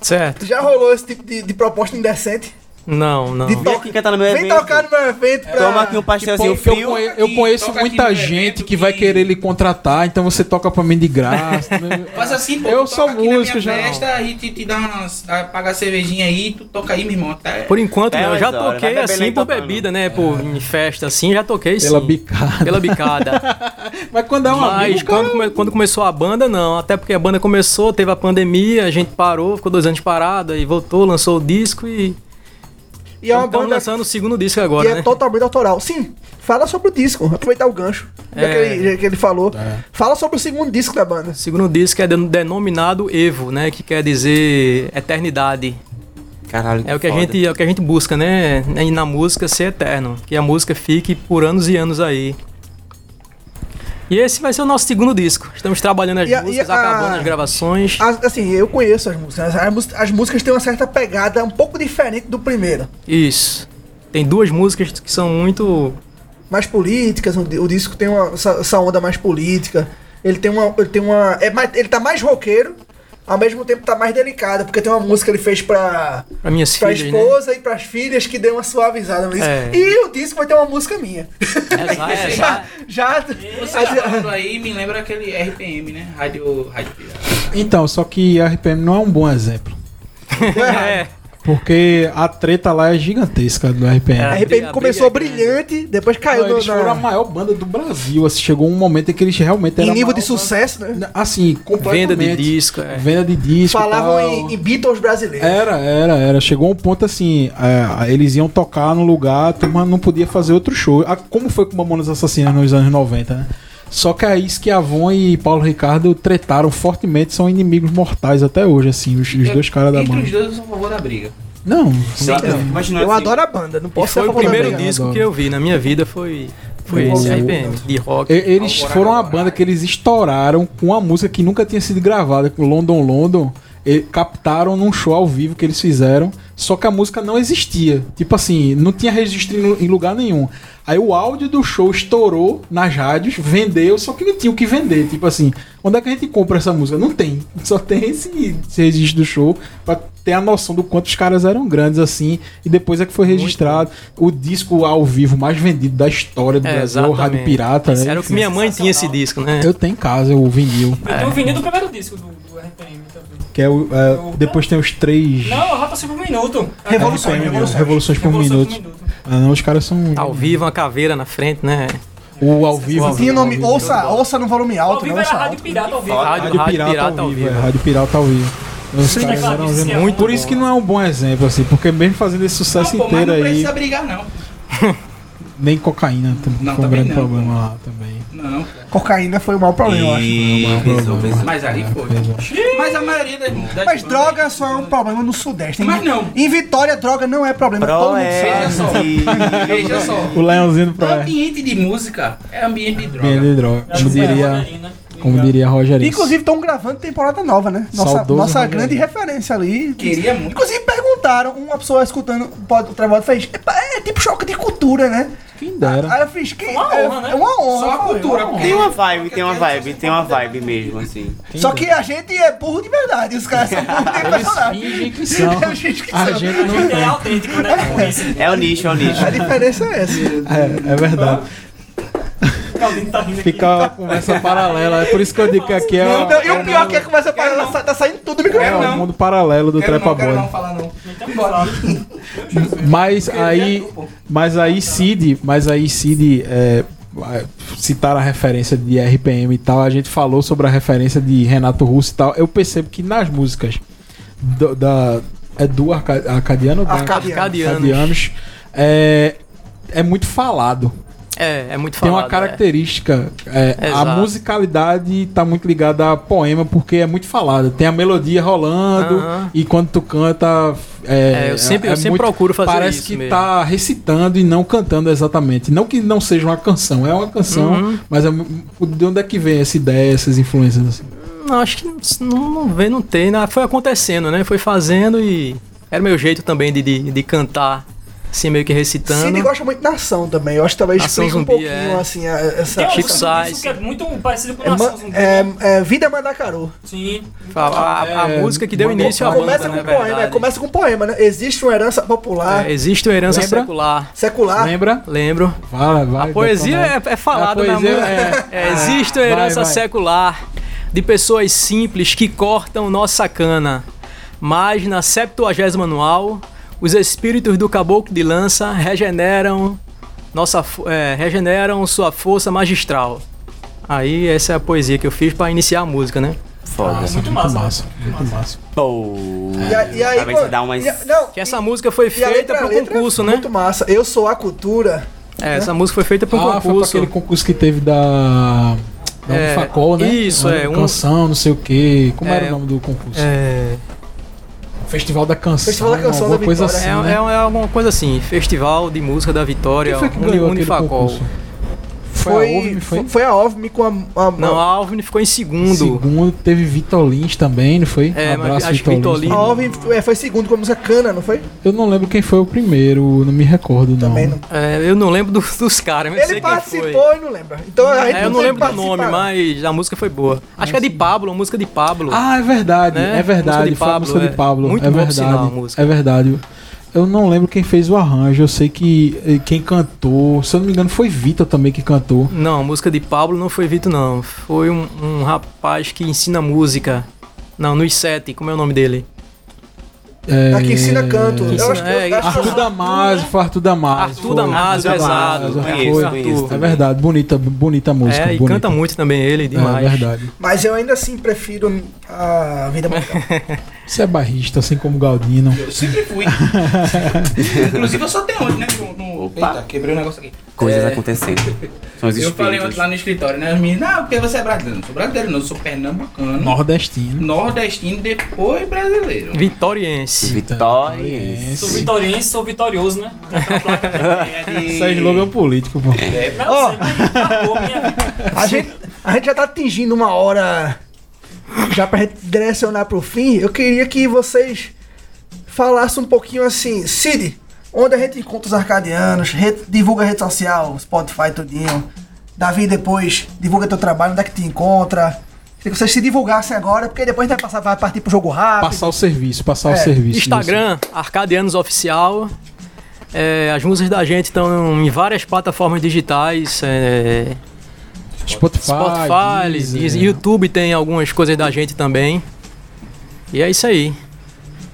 Certo.
Já rolou esse tipo de, de proposta indecente?
Não, não.
De
Vem
to-
aqui cantar no meu
Vem
Um evento.
tocar no meu evento pra...
Toma aqui um
Tipo
Que
assim,
pastelzinho
pô, que Tipo, eu,
frio.
conhe- eu
aqui,
conheço
toca
muita
aqui no
gente
evento
que vai
que-
querer lhe contratar, então você toca pra mim de graça. né?
Faz assim, pô.
eu
tu
sou
toca aqui na
músico,
minha
já.
festa e te, te dá umas. ah, Paga a cervejinha aí, tu toca aí, meu irmão. Até...
Por enquanto,
Dez
não. Eu já
horas, vai
toquei
beber
assim
leite
por
tocando.
bebida, né? Por em festa assim, já toquei sim.
Pela bicada.
Pela bicada.
Mas quando é um
Mas
amigo, cara,
quando, come- quando começou a banda, não. Até porque a banda começou, teve a pandemia, a gente parou, ficou dois anos parado, aí voltou, lançou o disco e.
E é uma
Estamos
banda
lançando o segundo disco
que
agora,
é
né?
totalmente autoral. Sim, fala sobre o disco, aproveitar o gancho. já
É.
que, ele, já que ele falou. Fala sobre o segundo disco da banda.
O segundo disco é den- denominado Evo, né? Que quer dizer eternidade.
Caralho,
É o que a
foda.
gente, é o que a gente busca, né? E na música ser eterno, que a música fique por anos e anos aí. E esse vai ser o nosso segundo disco. Estamos trabalhando as
E a- e
músicas,
a-
acabando as gravações.
As- assim, eu conheço as músicas. né? As, mús- as músicas têm uma certa pegada um pouco diferente do primeiro.
Isso. Tem duas músicas que são muito
Mais políticas, o, di- o disco tem uma, essa, essa onda mais política. Ele tem uma. Ele, tem uma é mais, ele tá mais roqueiro, ao mesmo tempo tá mais delicado, porque tem uma música que ele fez pra,
para minhas
pra
filhas,
esposa e pras filhas que deu uma suavizada no disco.
né? É.
E o disco vai ter uma música minha.
né? Exato, exato.
Já.
Você tá falando aí, me lembra aquele RPM, né? Rádio. Rádio Pirata.
Então, só que a RPM não é um bom exemplo.
É.
Porque a treta lá é gigantesca do RPM.
A
É.
RPM
A
começou
briga é
brilhante, depois caiu
Não,
no,
eles foram
na,
a maior banda do Brasil. assim, chegou um momento em que eles realmente
em
eram. a
nível
maior
de sucesso, né?
banda- Assim, completamente.
Venda de disco, é.
Venda de disco.
Falavam
tal.
em, em Beatles brasileiros.
Era, era, era. Chegou um ponto assim, é, eles iam tocar no lugar, a turma não podia fazer outro show. Ah, Como foi com Mamonas Assassinas nos anos 90, né? Só que aí Esquiavon e Paulo Ricardo tretaram fortemente, são inimigos mortais até hoje, assim, os, os dois caras da
Entre os
banda.
dois, eu sou a favor da briga.
Não, é.
Sei lá, eu fico imaginando
Eu
assim,
adoro a banda, não
E
posso ser
foi
a
o
favor da
primeiro
banda.
disco
Adoro.
que eu vi na minha vida foi Foi esse, RPM, de
E-
rock.
Eles foram a banda que eles estouraram com uma música que nunca tinha sido gravada, com London London. E captaram num show ao vivo que eles fizeram, só que a música não existia. Tipo assim, não tinha registro em lu- em lugar nenhum. Aí o áudio do show estourou nas rádios, vendeu, só que não tinha o que vender. Tipo assim, onde é que a gente compra essa música? Não tem. Só tem esse, esse registro do show pra ter a noção do quanto os caras eram grandes assim. E depois é que foi registrado o disco ao vivo mais vendido da história do
É,
Brasil, o Rádio
exatamente.
Pirata. né?
Era o que minha mãe tinha esse disco, né?
Eu tenho em casa o vinil,
Eu tenho o vinil do primeiro disco do, do RPM também.
que é o. é, depois tem os três.
Não, Rota por Minuto.
Revoluções,
É,
Revoluções. Revoluções por Minuto. Ah, não, os caras são.
Tá Ao vivo, uma caveira na frente, né?
O ao vivo.
Tinha nome,
Ao vivo.
ouça, ouça no volume
Ao
alto, né?
vivo era
Ouça
Rádio
alto.
Pirata ao vivo.
Foda.
Rádio,
Rádio Pirata, ao vivo. é, Rádio Pirata ao vivo. Os
Sim,
caras
claro,
eram
isso é
muito
muito
Por isso que não é um bom exemplo, assim, porque mesmo fazendo esse sucesso
Não, pô, mas
inteiro
não
aí,
precisa brigar, não.
nem cocaína tam-
Não,
foi um
também
grande
não,
problema
pô.
lá também.
Não.
Cocaína foi o maior problema, eu acho.
E... Visou, visou.
Mas ali foi. Mas a maioria das. das
Mas
bandas-
droga só é um problema no Sudeste. hein?
Mas não.
Em Vitória, droga não é problema. todo mundo sabe.
Veja só. Veja só.
O Leãozinho do Proé.
Ambiente de música é ambiente de
Bem
droga.
de droga. Como diria, como diria Rogerinho.
Inclusive, estão gravando temporada nova, né? Nossa,
Saudoso
nossa
Rogério.
grande referência ali.
Queria muito.
Inclusive, perguntaram, uma pessoa escutando o pod- o trabalho fez. "Epa, É, tipo choque de cultura, né?
quem dera.
Aí eu fiz. Que,
Uma
é,
honra, né?
É uma honra.
Só a
foi,
cultura.
uma honra.
porque-
Tem uma vibe, tem uma vibe, tem uma vibe mesmo, assim.
Só que a gente é burro de verdade. Os caras são burros de personagem.
Fingem que são.
A gente que
A
sabe.
gente não
É autêntico, né?
É o nicho, é o nicho.
A diferença é essa.
É, é verdade.
O Caldinho tá rindo aqui.
Fica uma conversa paralela. É por isso que eu digo que aqui é,
Não,
o-
não, e o pior que é que começa a
Quero
parar,
não.
sa- tá saindo tudo do
é
microfone.
Quero
o
não.
mundo paralelo do
Quero não,
Trepa
quero não
Bode.
falar não.
Então, bora.
Mas
é
aí, mas aí Cid, mas aí Cid, é, citar a referência de RPM e tal, a gente falou sobre a referência de Renato Russo e tal. Eu percebo que nas músicas do- da é do Arca- Arcadiano, ou da-
Arcadiano.
Arcadianos.
Arcadianos, é, é muito falado.
É, é muito
Tem
falado.
uma característica. é, a
Exato.
musicalidade tá muito ligada a poema, porque é muito falada. Tem a melodia rolando
Aham.
e quando tu canta. É,
É, eu sempre-
é
eu sempre procuro fazer
Parece
isso
que
mesmo.
tá recitando e não cantando exatamente. Não que não seja uma canção, é uma canção,
Uhum.
mas é mu- de onde é que vem essa ideia, essas influências assim?
é. Não, acho que não, não vem, não tem. né? Foi acontecendo, né? Foi fazendo e. Era meu jeito também de, de, de cantar, assim, meio que recitando.
Cine gosta muito da ação também. Eu acho que talvez
Ação
explique um
zumbi,
pouquinho,
é.
assim, a- essa...
Tem uma
Chico
música do
Sainz.
disco que é muito parecido com
É,
Nação
ma-
Zumbi. né?
é, é, Vida Mandacaru.
Sim.
A, a- a
É,
música que deu
manda-
início à banda,
Começa com
né?
um poema, é,
verdade.
começa com um poema, né? Existe uma herança popular,
É, existe uma herança
Lembra?
secular.
secular.
Lembra?
Lembro.
Vai, vai.
A poesia
detona.
é, é falada
A
na
poesia
música.
é-
É, existe uma
Vai,
herança
vai.
secular de pessoas simples que cortam nossa cana. Mas na 70 anual, os espíritos do caboclo de lança regeneram nossa fo- é, regeneram sua força magistral. Aí essa é a poesia que eu fiz pra iniciar a música, né?
Foda.
Muito
Muito
massa.
massa, muito massa.
Pô.
E, a- e aí...
Talvez você
pô,
dá umas...
e a- não,
Que essa música foi
e a
feita
letra-
pro
a letra é
concurso, né?
Muito massa. Eu sou a cultura.
É, essa música foi feita pro
né? Ah, foi pra
concurso.
aquele concurso que teve da. Da
É,
Facol, né?
isso,
Uma
é, um-
Canção, não sei o quê. Como
É,
era o nome do concurso?
É,
Festival da Canção.
Festival da Canção
alguma
da
coisa
Vitória.
É,
assim.
é,
né?
é alguma coisa assim, Festival de Música da Vitória, um
Quem foi que
Uni-
ganhou aquele
Unifacol.
concurso? Foi, a
Foi,
OVNI, foi?
foi, foi a OVNI com a... a-
Não, a Alvin ficou em segundo.
Segundo, teve Vitolins também, não foi?
Um É, mas acho que Vitolins-
a OVNI foi, foi segundo com a música Cana, não foi?
Eu não lembro quem foi o primeiro, não me recordo, não.
Também não.
É, eu não lembro do- dos caras, mas eu sei
Ele
quem
participou e não lembra. Então a
foi.
gente
É, eu não
tem
lembro do
participar.
nome, mas a música foi boa. Acho que é de Pablo, a música de Pablo.
Ah, é verdade,
Né?
é
Música
verdade.
de
Foi a
Pablo,
música
é.
de Pablo.
Muito
é
bom
verdade.
sinal a música.
É verdade. Eu não lembro quem fez o arranjo. Eu sei que eh, quem cantou, se eu não me engano, foi Vitor também que cantou.
Não, a música de Pablo não foi Vito, não. Foi um, um rapaz que ensina música. Não, nos sete, como é o nome dele?
É,
Tá que ensina canto.
Que
Eu acho que
ensina-
eu
é,
acho que- né?
Arthur Damasio, foi Arthur Damasio.
Arthur
foi.
Damasio,
Arthur
exato.
Damasio,
É,
conheço,
foi
conheço.
Arthur.
É verdade, bonita, bonita a música.
É, e
bonita.
canta muito também ele, demais.
É verdade.
Mas eu ainda assim prefiro a vida musical.
Você é barrista, assim como Galdino.
Eu sempre fui. Inclusive eu só tenho ontem, né? No, no...
Opa.
Eita, quebrei um negócio aqui.
Coisas
É,
acontecendo. São os
Eu falei
espíritos.
ontem lá no escritório, né? As meninas, ah, porque você é brasileiro. Não sou brasileiro, não. Eu sou pernambucano,
Nordestino.
nordestino, depois brasileiro.
Vitoriense.
Vitoriense.
Sou
Vitoriense.
vitoriense, sou vitorioso, né? Aquela placa de-
Isso é slogan político, pô.
É.
Não sei, mas marcou minha
É.
vida.
A gente, a gente já tá atingindo uma hora já pra gente direcionar pro fim. Eu queria que vocês falassem um pouquinho assim, Cid, onde a gente encontra os arcadianos, re- divulga a rede social, Spotify, tudinho. Davi, depois divulga teu trabalho, onde é que te encontra. Queria que vocês se divulgassem agora, porque depois a gente vai, passar, vai partir pro jogo rápido.
Passar o serviço, passar
É,
o serviço.
Instagram, Arcadianos Oficial. É, as músicas da gente estão em várias plataformas digitais. é,
Nilson. Spotify, é.
Spotify,
Deezer.
Deezer, YouTube tem algumas coisas da gente também. E é isso aí.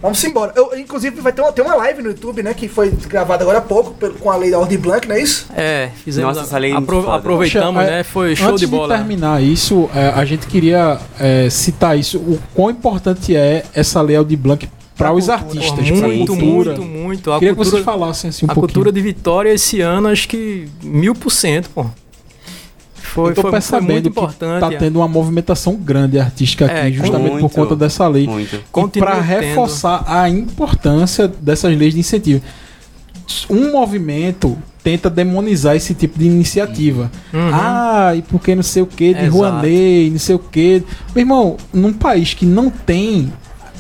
Vamos embora. Eu, inclusive, vai ter uma, tem uma live no YouTube, né? Que foi gravada agora há pouco pelo- com a lei da Ordem Blanca, não é isso?
É, fizemos.
Nossa, essa lei é muito
apro-
foda.
aproveitamos,
Poxa, é,
né? Foi show
Antes
de bola.
terminar isso, é, a gente queria é, citar isso, o quão importante é essa lei Aldir Blanc para os
Porra,
artistas, pra
muito,
cultura.
muito, muito. A
um queria que
cultura,
vocês falassem assim um
a
pouquinho.
cultura de Vitória esse ano, acho que mil por cento, pô. Foi,
Eu tô
foi, foi
percebendo
muito
que
importante.
tá tendo uma movimentação grande artística aqui,
É, com-
justamente
Muito,
por conta dessa lei.
Muito.
Continua
para
tendo.
reforçar a importância dessas leis de incentivo. Um movimento tenta demonizar esse tipo de iniciativa.
Uhum.
Ah, e porque não sei o que, de
Exato.
Rouanet, não sei o que. Meu irmão, num país que não tem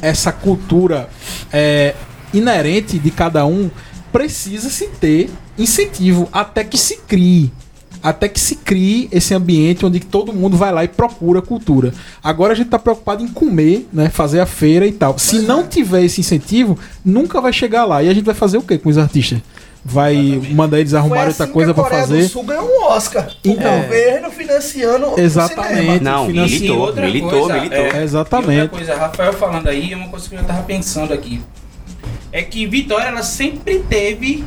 essa cultura é, inerente de cada um, precisa-se ter incentivo até que se crie. Até que se crie esse ambiente onde todo mundo vai lá e procura cultura. Agora a gente está preocupado em comer, né? Fazer a feira e tal. Se não tiver esse incentivo, nunca vai chegar lá. E a gente vai fazer o quê com os artistas? Vai mandar eles arrumarem
assim
outra coisa para
O
fazer?
Sul ganhou um Oscar.
Então.
o governo financiando
Exatamente.
o cinema.
Não,
financia
E
militou,
outra
militou,
coisa,
militou.
é,
É,
E outra
exatamente.
coisa, Rafael falando aí, é uma coisa que eu já tava pensando aqui. É que Vitória, ela sempre teve.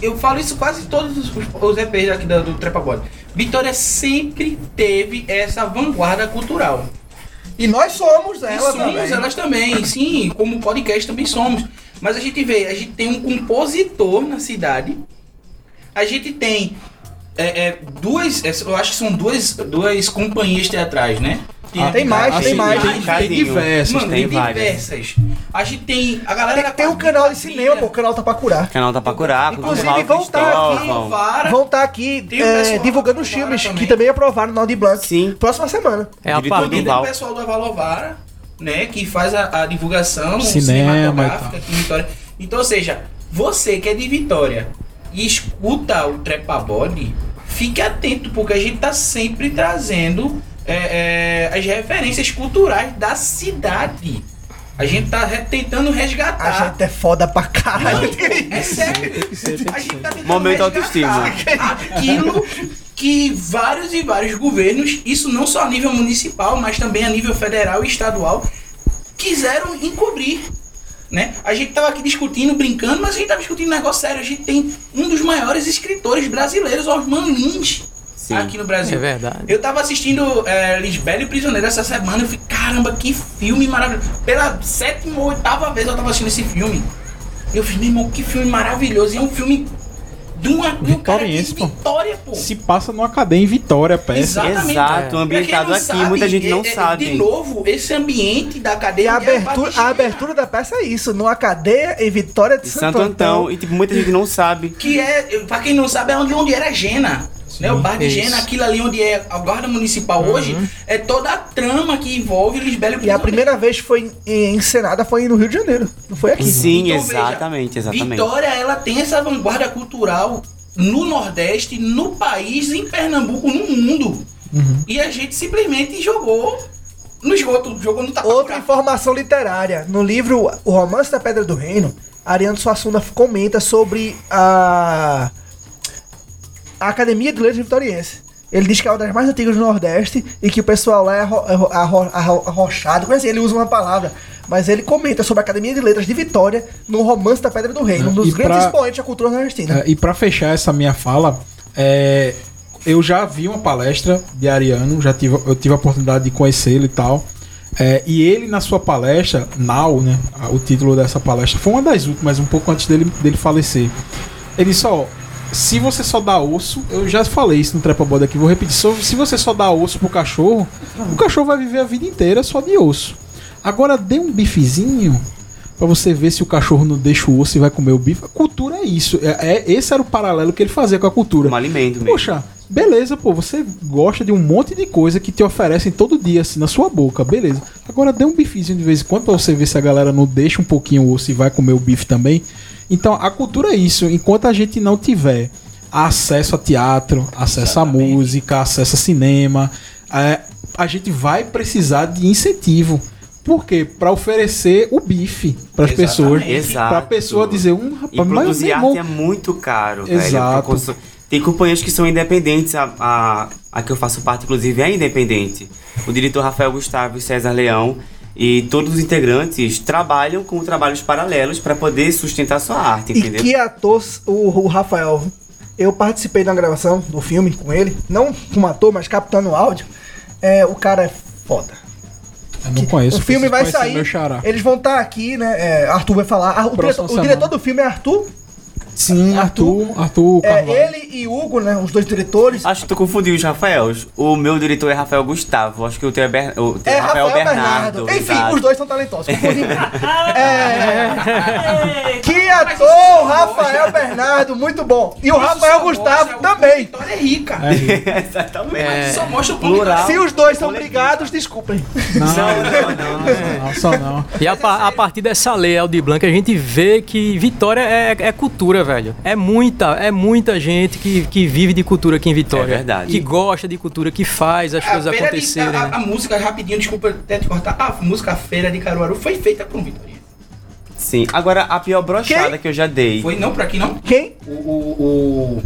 Eu falo isso quase em todos os, os EPs aqui da- do Trepa Body. Vitória sempre teve essa vanguarda cultural.
E nós somos
E
ela
somos
também.
elas também, sim, como podcast também somos. Mas a gente vê, a gente tem um compositor na cidade, a gente tem é, é, duas, é, eu acho que são duas, duas companhias teatrais, né?
Ah, tem mais,
a-
tem mais.
Assim, Tem, tem diversas.
Mano, tem,
tem várias.
diversas. A gente tem. A galera
Tem, tem um canal de cinema, pô, o canal tá pra curar.
O canal tá pra curar, com
Inclusive,
Cristóvão,
tá
vão estar aqui,
Cristóvão.
Vara.
Vão estar aqui
Tem o
é,
pessoal
divulgando
da
os filmes
Vara
que
também.
também aprovaram no Audi Blanc.
Sim.
Próxima semana.
É a
Diretor do
partir
Tipo, Tem
Val.
o pessoal da Valovara, né? Que faz a, a divulgação
Cinema
cinematográfica aqui em Vitória. Então, ou seja, você que é de Vitória e escuta o Trepa Body, fique atento, porque a gente tá sempre trazendo é, é, as referências culturais da cidade. A gente tá re- tentando
A
resgatar.
gente é foda pra caralho.
É sério. A gente tá tentando
Momento
resgatar
autoestima.
Aquilo que vários e vários governos, isso não só a nível municipal, mas também a nível federal e estadual, quiseram encobrir. Né? A gente tava aqui discutindo, brincando, mas a gente tava discutindo um negócio sério. A gente tem um dos maiores escritores brasileiros, Osman Lins,
Sim.
aqui no Brasil.
É verdade.
Eu tava assistindo é, Lisbela e o Prisioneiro essa semana. Eu falei, caramba, que filme maravilhoso. Pela sétima ou oitava vez eu tava assistindo esse filme. Eu falei, meu irmão, que filme maravilhoso. E é um filme de uma de um cara de
Vitoriense, pô.
Vitória, pô.
Se passa numa cadeia em Vitória, a
Exato,
peça.
É.
Pra quem
ambientado
não
aqui,
sabe,
muita gente não
é- é-
sabe.
De novo, esse ambiente da
E
cadeia.
a
é
abertura, a
Batista,
abertura da peça é isso, numa cadeia em Vitória de
De Santo Antão, e tipo, muita gente não sabe.
Que é, pra quem não sabe, é onde, onde era Gena. Né? O bar de
isso. Uhum.
Gena, aquilo ali onde é a guarda municipal hoje, é toda a trama que envolve Lisbela
E
e o
a
Prisioneiro.
primeira vez que foi em- encenada foi no Rio de Janeiro, não foi aqui.
é.
Sim,
Então, veja,
exatamente, exatamente.
Vitória, ela tem essa vanguarda cultural no Nordeste, no país, em Pernambuco, no mundo.
Uhum.
E a gente simplesmente jogou no esgoto, jogou no tapete.
Outra informação literária. No livro O Romance da Pedra do Reino, Ariano Suassuna comenta sobre a, a Academia de Letras Vitoriense. Ele diz que é uma das mais antigas do Nordeste e que o pessoal lá é arro- arro- arro- arro- arrochado. Mas assim, ele usa uma palavra. Mas ele comenta sobre a Academia de Letras de Vitória no Romance da Pedra do Reino, um dos
E
grandes
pra-
expoentes da cultura nordestina.
É, e pra fechar essa minha fala, é, eu já vi uma palestra de Ariano, já tive, eu tive a oportunidade de conhecê-lo e tal. É, e ele na sua palestra, Now, né, a- o título dessa palestra, foi uma das últimas, um pouco antes dele, dele falecer. Ele só, se você só dá osso, eu já falei isso no Trepa Boda aqui, vou repetir, só- se você só dá osso pro cachorro, o cachorro vai viver a vida inteira só de osso. Agora dê um bifezinho, pra você ver se o cachorro não deixa o osso e vai comer o bife. A cultura é isso. É, é- esse era o paralelo que ele fazia com a cultura.
Um alimento mesmo.
Poxa, beleza, pô, você gosta de um monte de coisa que te oferecem todo dia, assim, na sua boca, beleza. Agora dê um bifezinho de vez em quando pra você ver se a galera não deixa um pouquinho o osso e vai comer o bife também. Então, a cultura é isso. Enquanto a gente não tiver acesso a teatro, acesso à música, acesso a cinema, é, a gente vai precisar de incentivo. Por quê? Pra oferecer o bife pras pessoas.
Exato.
Pra pessoa dizer, um
E
rapaz, mas
produzir
meu
arte
irmão,
é muito caro, velho.
Exato.
Porque cons- Tem companhias que são independentes, a, a, a que eu faço parte, inclusive, é independente. O diretor Rafael Gustavo e César Leão e todos os integrantes trabalham com trabalhos paralelos para poder sustentar sua arte,
E
entendeu?
que ator o, o Rafael. Eu participei de uma gravação do filme com ele, não como ator, mas captando o áudio. É, o cara é foda.
eu não conheço.
o filme vai
preciso conhecer
sair.
Meu xará.
Eles vão estar aqui, né? é, Arthur vai falar. Ah, o,
Próxima
diretor, o
semana.
diretor do filme é Arthur.
Sim, Arthur, Arthur
É,
Carvalho.
ele e Hugo, né? Os dois diretores.
Acho que tu confundiu os Rafaels. O meu diretor é Rafael Gustavo. Acho que o teu é, Ber... o teu
É Rafael, Bernardo. Enfim,
exato.
os dois são talentosos. confundi. é,
Ei,
que ator, Rafael Bernardo, muito é bom. E o Rafael Gustavo também.
Vitória é rica.
Exatamente.
é,
Mas isso só mostra o
Plural.
Se os dois são brigados, desculpem.
Não,
Não, não, não.
não, só não.
E a, pa- a partir dessa lei Aldi Blanc, a gente vê que Vitória é, é cultura, velho. É muita, é muita gente que, que vive de cultura aqui em Vitória.
É verdade.
Que gosta de cultura, que faz as
É, A,
coisas
feira de,
acontecerem.
a,
né?
a música, rapidinho, desculpa até te cortar. A música Feira de Caruaru foi feita por um vitoriano.
Sim, agora a pior brochada
Quem?
que eu já dei.
Foi não por aqui, não?
Quem?
O. o, o-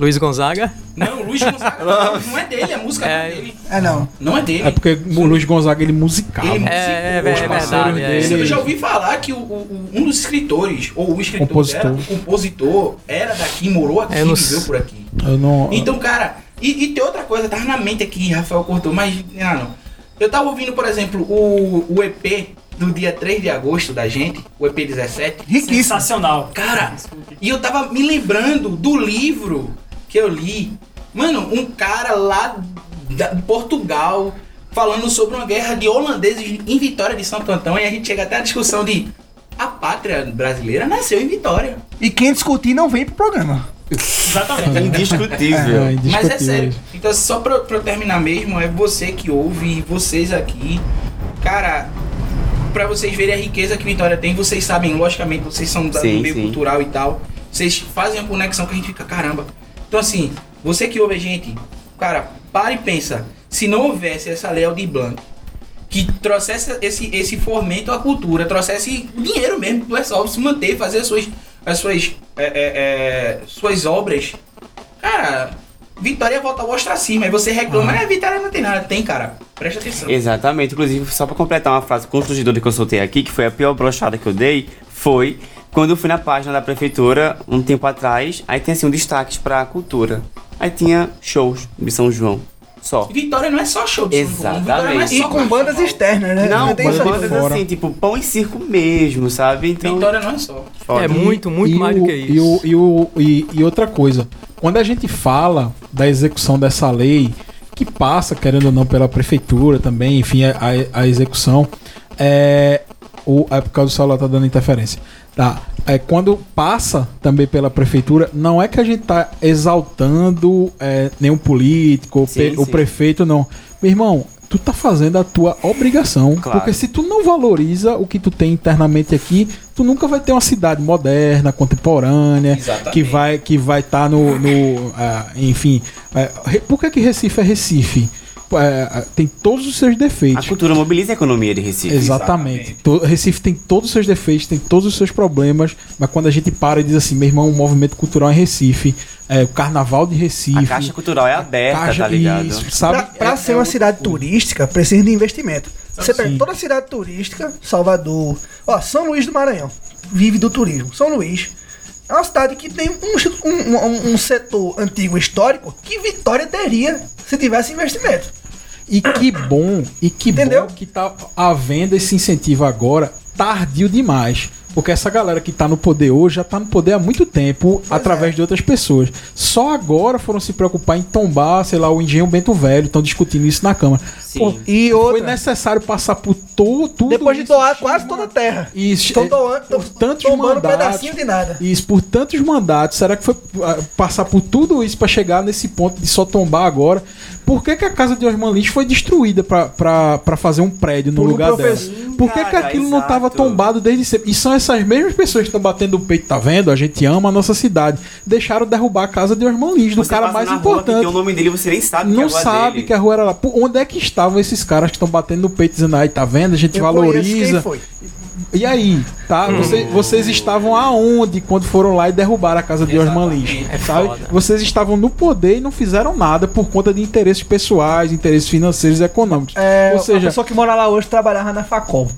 Luiz Gonzaga.
Não, o Luiz Gonzaga não, não é dele, a música não é
É.
dele.
É não.
Não é dele.
É porque o Luiz Gonzaga ele musicava.
Ele-
É, é, é,
Os
verdade.
parceiros
é.
dele.
Eu já ouvi falar que o- o- o- um dos escritores, ou o escritor
Compositor.
era, o compositor, era daqui, morou aqui,
Eu não
viveu
sei.
por aqui.
Eu não.
Então, cara, e, e tem outra coisa, tá na mente aqui, Rafael cortou, mas ah, não. Eu tava ouvindo, por exemplo, o, o EP do dia 3 de agosto da gente, o EP 17.
Riquíssimo.
Sensacional.
Cara, e eu tava me lembrando do livro que eu li. Mano, um cara lá da- de Portugal falando sobre uma guerra de holandeses em Vitória de Santo Antão. E a gente chega até a discussão de a pátria brasileira nasceu em Vitória.
E quem discutir não vem pro programa.
Exatamente.
Indiscutível.
É, indiscutível.
Mas é sério. Então, só pra, pra eu terminar mesmo, é você que ouve, vocês aqui. Cara, pra vocês verem a riqueza que Vitória tem, vocês sabem, logicamente, vocês são da- do
Sim,
meio
sim.
cultural e tal. Vocês fazem a conexão que a gente fica, caramba. Então, assim, você que ouve a gente, cara, para e pensa. Se não houvesse essa lei de Blanc, que trouxesse esse, esse fomento à cultura, trouxesse dinheiro mesmo pro pessoal se manter, fazer as suas, as suas, é, é, é, suas obras. Cara, Vitória volta ao ostracismo, aí você reclama, ah, Vitória não tem nada. Tem, cara, presta atenção.
Exatamente. Inclusive, só pra completar uma frase constrangedora que eu soltei aqui, que foi a pior brochada que eu dei, foi quando eu fui na página da prefeitura um tempo atrás, aí tem assim um destaques pra cultura. Aí tinha shows de São João. Só.
Vitória não é só show de São João, Vitória não é
Exatamente.
só
E com
carnaval.
bandas externas, né?
Não,
tem isso aí.
bandas
fora.
assim, tipo pão e circo mesmo, sabe? Então,
Vitória não é só.
foda.
É muito, muito mais
o-
do que isso.
E, o- e o- e- e outra coisa, quando a gente fala da execução dessa lei, que passa, querendo ou não, pela prefeitura também, enfim, a, a- a execução, é, o, é por causa do celular tá dando interferência. Tá. É, quando passa também pela prefeitura, não é que a gente tá exaltando é, nenhum político, ou
Sim,
pe- o
sim.
prefeito, não. Meu irmão, tu tá fazendo a tua obrigação.
Claro.
Porque se tu não valoriza o que tu tem internamente aqui, tu nunca vai ter uma cidade moderna, contemporânea,
Exatamente.
que vai que vai estar no, no, ah, enfim, é, Re- por que que Recife é Recife? É, tem todos os seus
A
defeitos.
cultura mobiliza a economia de Recife.
Exatamente.
Exatamente.
To- Recife tem todos os seus defeitos, tem todos os seus problemas, mas quando a gente para e diz assim, meu irmão, o movimento cultural em Recife, é, o carnaval de Recife,
A caixa cultural é aberta,
caixa-
tá ligado?
isso,
Pra,
sabe?
pra
É-
ser
é
uma
outra
cidade
coisa.
turística, precisa de investimento. Você pega
Sim.
toda a cidade turística, Salvador, ó, São Luís do Maranhão, vive do turismo. São Luís é uma cidade que tem um, institu- um- um- um setor antigo histórico que Vitória teria se tivesse investimento.
E que bom, e que
Entendeu?
bom que tá à venda esse incentivo agora, tardio demais. Porque essa galera que tá no poder hoje já tá no poder há muito tempo,
é.
através de outras pessoas. Só agora foram se preocupar em tombar, sei lá, o engenho Bento Velho, estão discutindo isso na Câmara.
Sim.
Pô,
E
foi
outra,
necessário passar por tu, tudo
Depois de
isso
doar
chega-
quase toda a terra.
Isso,
Estão
é,
doando, tão
por tantos
tomando um
mandatos.
pedacinho de nada.
Isso, por tantos mandatos, será que foi ah, passar por tudo isso pra chegar nesse ponto de só tombar agora? Por que, que a casa de Osman Lins foi destruída pra- pra pra fazer um prédio no
Por um
lugar
professor.
dela? Por que, que
Cara,
aquilo não tava
exato.
tombado desde sempre? E são essas mesmas pessoas que estão batendo o peito, tá vendo? A gente ama a nossa cidade. Deixaram derrubar a casa de Osman Lins, do
Você
cara
passa
mais
na rua que
importante.
tem o nome dele, você nem sabe que é a
Não
rua
sabe
dele.
que a rua era lá. Pô, onde é que estavam esses caras que estão batendo no peito dizendo, aí, tá vendo? A gente
Eu conheço
valoriza.
Quem foi?
E aí, tá?
Hum.
Você- vocês estavam aonde quando foram lá e derrubaram a casa de Osman Lins?
É
Sabe?
foda.
Vocês estavam no poder e não fizeram nada por conta de interesses pessoais, interesses financeiros e econômicos.
É,
Ou
a
seja,
pessoa que mora lá hoje trabalhava na Facol.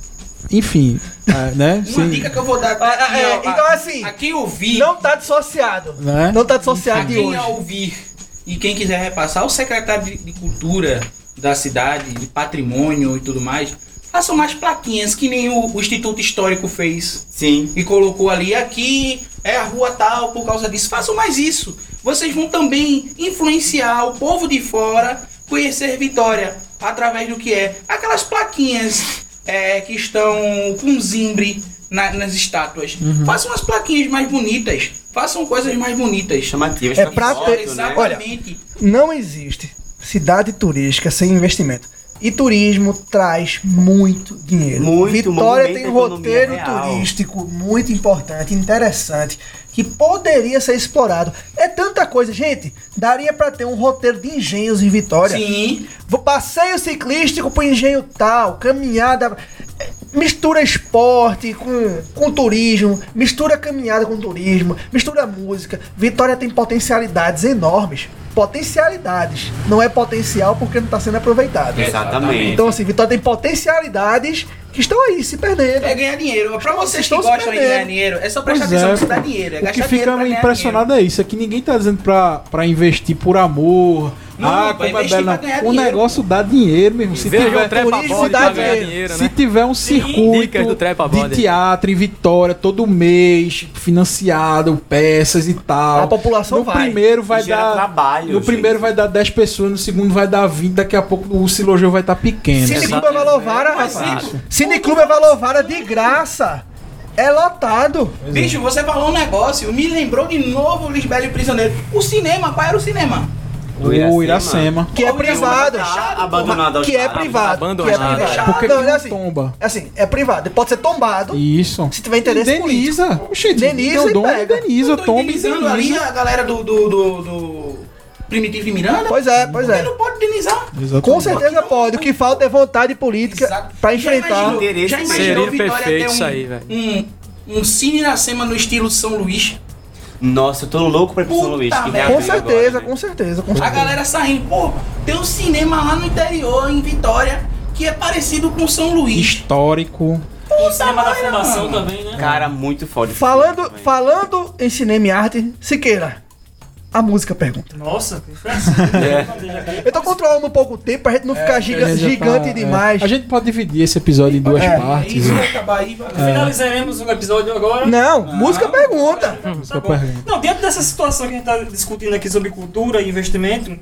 enfim, é, né?
Uma
Sim,
dica que eu vou dar
Ah, ah, é,
ó, a-
então, assim,
a quem ouvir,
Não tá dissociado.
Né?
Não tá dissociado
a
de
quem
hoje.
ouvir e quem quiser repassar, o secretário de, de cultura da cidade, de patrimônio e tudo mais, façam mais plaquinhas que nem o- o Instituto Histórico fez.
Sim.
e colocou ali aqui é a rua tal por causa disso. Façam mais isso. Vocês vão também influenciar o povo de fora conhecer Vitória através do que é aquelas plaquinhas é, que estão com zimbre na- nas estátuas. Façam as plaquinhas mais bonitas. Façam coisas mais bonitas.
Chamativas.
É pra
foto,
ter-
né?
Exatamente.
Não existe cidade turística sem investimento. E turismo traz muito dinheiro.
Muito,
Vitória
movimenta
tem
a
um
economia
roteiro
real.
turístico muito importante, interessante, que poderia ser explorado. É tanta coisa, gente. Daria pra ter um roteiro de engenhos em Vitória.
Sim.
Vou passeio ciclístico pro engenho tal, caminhada. eh, Mistura esporte com, com turismo, mistura caminhada com turismo, mistura música. Vitória tem potencialidades enormes. Potencialidades. Não é potencial porque não está sendo aproveitado.
Exatamente.
Então, assim, Vitória tem potencialidades que estão aí se perdendo.
É ganhar dinheiro. Pra vocês que
Estão se
gostam de ganhar
perdendo.
dinheiro, é só prestar
Pois
atenção
é,
nisso dá
pô.
dinheiro. É
o que
gastar dinheiro pra
fica
ganhar
impressionado é isso, é que ninguém tá dizendo pra, pra investir por amor.
Não,
ah,
vai
como é
investir
belo.
pra
não.
ganhar
O
dinheiro.
negócio dá dinheiro, mesmo. Se
Veja
tiver
o trepa
turismo
bode
dá
pra ganhar
dinheiro.
dinheiro,
Se
né?
tiver um circuito
dicas do Trepa
de
Body.
teatro em Vitória todo mês, financiado, peças e tal.
A população
no
vai.
primeiro vai
Gera
dar
trabalho,
No
gente.
primeiro vai dar 10 pessoas, no segundo vai dar 20, daqui a pouco o silogio vai estar pequeno.
Cineclube é Valovara, rapaz. Cineclube é Valovara de graça. É lotado.
Bicho, você falou um negócio, me lembrou de novo o Lisbelo e o Prisioneiro. O cinema, qual era o cinema?
O Iracema.
Que é
Olha,
privado.
Tá abandonado aos
que é
caras.
privado.
Abandonado.
Que é privado.
Por que
Não,
que
é
não
assim,
tomba?
Assim, é privado. Pode ser tombado.
Isso.
Se tiver interesse
Deniza. Oxê,
Deniza
deu
e
dono,
pega.
Deniza,
Eu tô
toma e
indenizando ali
né?
deniza.
a galera do, do, do, do Primitivo e Miranda.
Pois é, pois
Ele
é.
não pode indenizar.
Com
Exatamente.
certeza pode. O que falta é vontade política
Exato.
pra
Já
enfrentar.
imaginou,
Interesse
já imaginou
Seria
Vitória
perfeito
ter um,
isso aí, velho.
Um, um cine na cima no estilo São Luís.
Nossa, eu tô louco pra ir pro São
Puta
Luís. que
merda.
reabriu
Com
agora,
certeza,
né?
com certeza, com
A
certeza.
galera saindo, pô, tem um cinema lá no interior, em Vitória, que é parecido com São Luís.
Histórico.
O cinema da fundação também, né?
Cara, muito foda. esse
Falando,
filme também.
falando em cinema e arte, Siqueira, a música pergunta.
Nossa, que
É.
Então, francês.
Eu tô controlando um pouco o tempo pra gente
É,
não ficar giga-
Ele já
gigante
tá, é.
demais.
A gente pode dividir esse episódio em duas
É.
partes.
Isso vai acabar aí, vai.
Finalizaremos o episódio agora.
Não, música pergunta.
Tá bom. Não, dentro dessa situação que a gente tá discutindo aqui sobre cultura e investimento,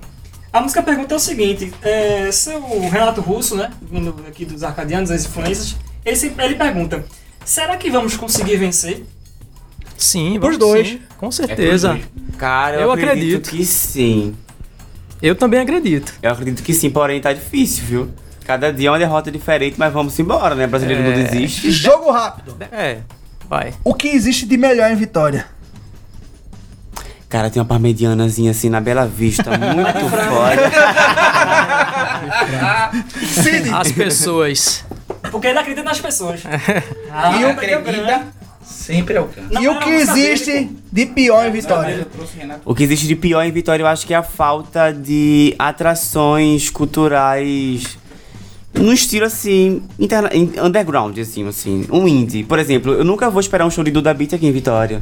a música pergunta é o seguinte: é, seu Renato Russo, né, vindo aqui dos arcadianos, as influências, ele, sempre, ele pergunta: será que vamos conseguir vencer?
Sim,
Pros
vamos
dois.
sim, com
É
certeza.
pros dois. Cara, eu,
Eu
acredito,
acredito.
que sim.
Eu também acredito.
Eu acredito que sim, porém tá difícil, viu? Cada dia é uma derrota diferente, mas vamos embora, né? Brasileiro não
É.
desiste.
Jogo rápido.
É, vai.
O que existe de melhor em Vitória?
Cara, tem uma parmedianazinha assim na Bela Vista, muito foda.
Cid,
Ah,
As pessoas.
Porque ele acredita nas pessoas.
Ah,
Ah, é
E
eu
o acredita, sempre é alcança.
e o que existe de pior em Vitória?
trouxe o Renato.
O que existe de pior em Vitória, eu acho que é a falta de atrações culturais num estilo assim, interna- in- underground, assim, assim, um indie. Por exemplo, eu nunca vou esperar um show de Duda Beat aqui em Vitória.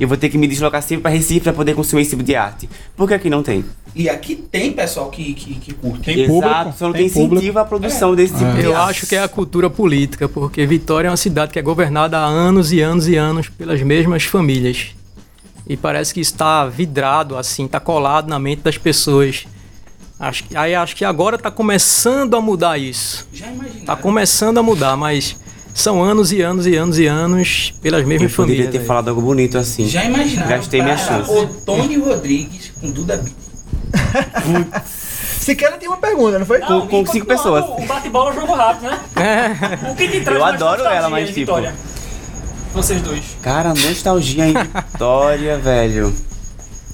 Eu vou ter que me deslocar sempre pra Recife pra poder consumir esse tipo de arte. Porque aqui não tem.
E aqui tem pessoal que, que, que curte.
Tem público,
só não
tem
tem,
público.
incentivo à produção desse tipo de
Eu
arte.
acho que é a cultura política, porque Vitória é uma cidade que é governada há anos e anos e anos pelas mesmas famílias. tá E parece que está vidrado, assim, está colado na mente das pessoas. Acho que- aí acho que agora tá começando a mudar isso.
Já imaginei.
É.
Tá começando a mudar, mas são anos e anos e anos e anos pelas
Eu
mesmas
poderia
famílias.
ter
velho.
falado algo bonito assim.
Já imaginava.
Gastei minha
parar
chance.
O Tony Rodrigues com Duda Beat.
Sequer ele tem uma pergunta, não foi?
Não,
Com- com
e continuando,
cinco pessoas.
O bate-bola é o jogo rápido, né? O que te traz
Eu
mais
adoro
nostalgia
ela, mas,
em
tipo-
Vitória? Vocês dois.
Cara, nostalgia em Vitória, velho.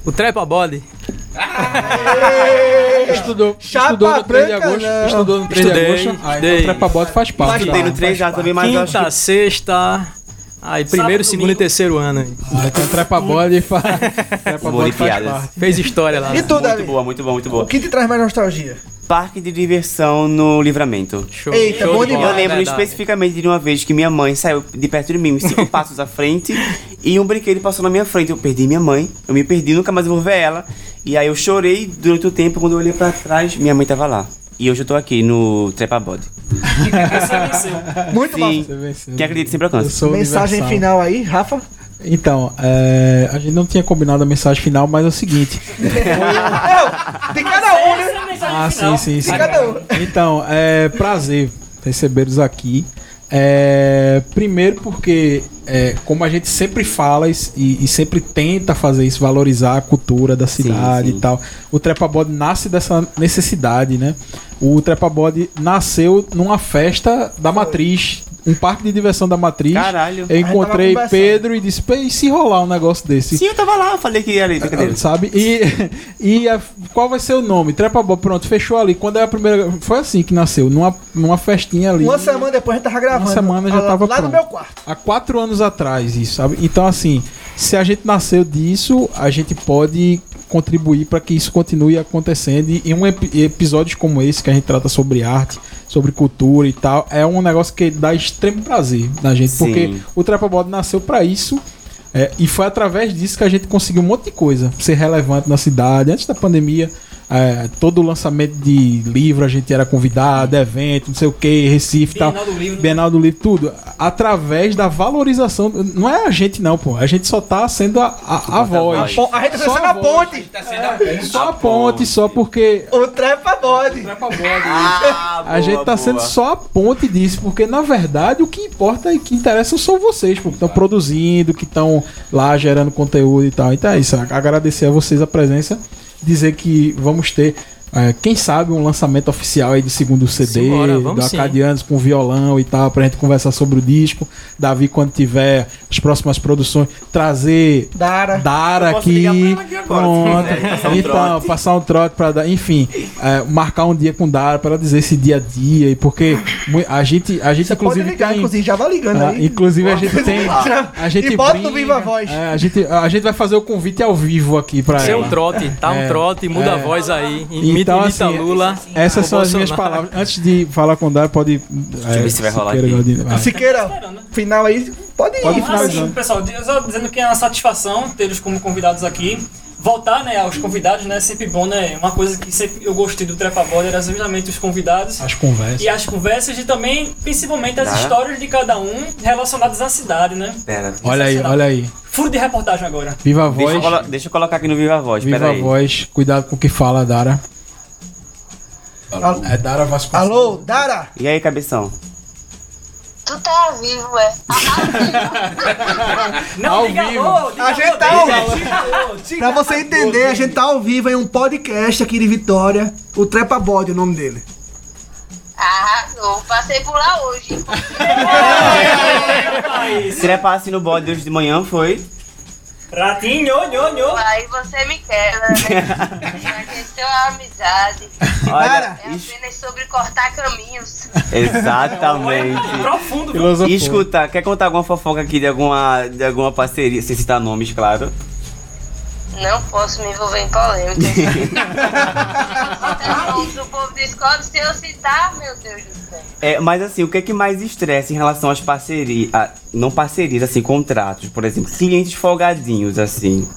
O Trepa Body.
Estudou,
Chapa
estudou no 3 de
branca,
agosto.
não.
Estudou no 3 de
Estudei,
agosto. Ah, então
estudei.
o Trepabote faz parte.
Estudei
da-
no 3 já também, mas eu acho
Quinta,
que
sexta. Aí, primeiro, segundo
domingo.
e terceiro ano. aí.
Ah, então o Trepabode faz,
Boa
Trepabode
de
faz
piadas.
parte.
Fez história lá. né?
E tu,
muito
Davi?
boa, muito boa, muito
O
boa.
que te traz mais nostalgia?
Parque de diversão no Livramento.
Show,
Eita, bom demais.
de bola,
Eu lembro
verdade.
especificamente de uma vez que minha mãe saiu de perto de mim, uns cinco passos à frente, e um brinquedo passou na minha frente. Eu perdi minha mãe, eu me perdi, nunca mais vou ver ela. E aí eu chorei durante o tempo, quando eu olhei pra trás, minha mãe tava lá. E hoje eu tô aqui no Trepabode.
Você venceu.
Muito
Sim,
massa.
venceu.
quem acredita sempre
Eu
alcança.
sou
Mensagem
universal.
final aí, Rafa.
Então, é, a gente não tinha combinado a mensagem final, mas é o seguinte.
Eu, de cada um,
Essa é
né?
a mensagem
Ah,
final.
sim, sim, sim.
De cada um.
Então, é prazer recebê-los aqui. É, primeiro porque, é, como a gente sempre fala e, e sempre tenta fazer isso, valorizar a cultura da cidade
sim.
e tal, o Trepabode nasce dessa necessidade, né? O Trepabode nasceu numa festa da Matriz, um parque de diversão da Matriz.
Caralho.
Eu
gente tava
encontrei
conversando.
Pedro e disse, "Pô, e se rolar um negócio desse?
Sim, eu tava lá, eu falei que ia ali, brincadeira.
Ah, Sabe? E, e a- qual vai ser o nome? Trepa Bob, pronto, fechou ali. Quando é a primeira. Foi assim que nasceu, numa, numa festinha ali.
Uma semana depois a gente tava gravando.
Uma semana já
lá,
tava
Lá no
pronto.
meu quarto.
Há quatro anos atrás, isso, sabe? Então, assim, se a gente nasceu disso, a gente pode contribuir para que isso continue acontecendo. E um ep- episódios como esse, que a gente trata sobre arte, sobre cultura e tal, é um negócio que dá extremo prazer na gente,
Sim.
porque o Trapa Bode nasceu para isso. é, e foi através disso que a gente conseguiu um monte de coisa, ser relevante na cidade. Antes da pandemia, é, todo o lançamento de livro a gente era convidado, evento, não sei o que, Recife e tal.
Bienal do Livro. né?
Bienal do Livro, tudo. Através da valorização. Não é a gente, não, pô. A gente só tá sendo a, a, a voz.
Bom, a gente tá
Só
sendo
a
a
voz.
ponte.
Tá sendo a ponte.
Só a ponte, só porque.
O trepa bode.
Ah,
A gente tá sendo só a ponte disso, porque na verdade o que importa e que interessa são vocês, pô, que estão produzindo, que estão lá gerando conteúdo e tal. Então é isso, agradecer a vocês a presença, dizer que vamos ter, eh, quem sabe, um lançamento oficial aí do segundo CD,
Simbora, vamos
do
sim.
Acadianos com violão e tal, pra gente conversar sobre o disco. Davi, quando tiver as próximas produções, trazer
Dara.
Dara
Eu posso
aqui.
ligar pra ela aqui agora,
pronto.
se quiser, passar um
então,
trote.
passar um trote pra dar. Enfim, é, marcar um dia com Dara pra ela dizer esse dia a dia. E porque mu- a gente, a gente
Você pode
inclusive
ligar,
tem.
inclusive, já vai ligando
ah,
aí.
inclusive a gente tem. A gente
e bota no
brinca,
Viva Voz.
é, a, gente, a gente vai fazer o convite ao vivo aqui pra
Ser
ela.
um trote, tá um
É,
trote, muda
é.
a voz aí. Imita,
Então,
imita
assim,
Lula.
Essas
o
são as minhas
Bolsonaro.
palavras. Antes de falar com Dara, pode. é, Deixa
ver se vai rolar aqui.
Siqueira,
Esperando, né?
final aí, pode ir.
Pode
Então,
finalizar.
assim, pessoal, eu só dizendo que é uma satisfação tê-los como convidados aqui. Voltar né, aos convidados, né? Sempre bom, né? Uma coisa que sempre eu gostei do Trepa Bola era justamente os convidados.
As conversas.
E as conversas e também, principalmente, as
Tá.
histórias de cada um relacionadas à cidade, né?
Pera,
Olha aí, olha aí.
Furo de reportagem agora.
Viva a
deixa eu,
voz.
colo- deixa eu colocar aqui no Viva Voz,
Viva
pera
a
aí.
voz, cuidado com o que fala, Dara.
Alô.
É Dara Vasconcelos.
Alô, Dara.
E aí, cabeção?
Tu tá vivo, é.
Não,
Ao
liga,
vivo.
alô, liga
A gente
alô,
tá
liga
ao
alô,
vivo.
liga alô, diga
Pra você
alô.
entender, a gente tá ao vivo em um podcast aqui de Vitória. O Trepa Bode, o nome dele.
Arrasou. Passei por lá hoje.
Mas-
Trepasse no bode hoje de manhã, foi?
Ratinho, nho, nho.
Aí você me quer, né? Já aqueceu a amizade.
Olha,
É
es-
apenas sobre cortar caminhos.
exatamente.
Profundo, viu?
Filosofou.
E escuta, quer contar alguma fofoca aqui de alguma, de alguma parceria, sem citar nomes, claro?
Não posso me envolver em polêmica. Então, Citar nomes, o povo descobre se eu citar, meu Deus do céu.
É, mas assim, o que é que mais estressa em relação às parcerias, a- não parcerias, assim, contratos, por exemplo, clientes folgadinhos, assim,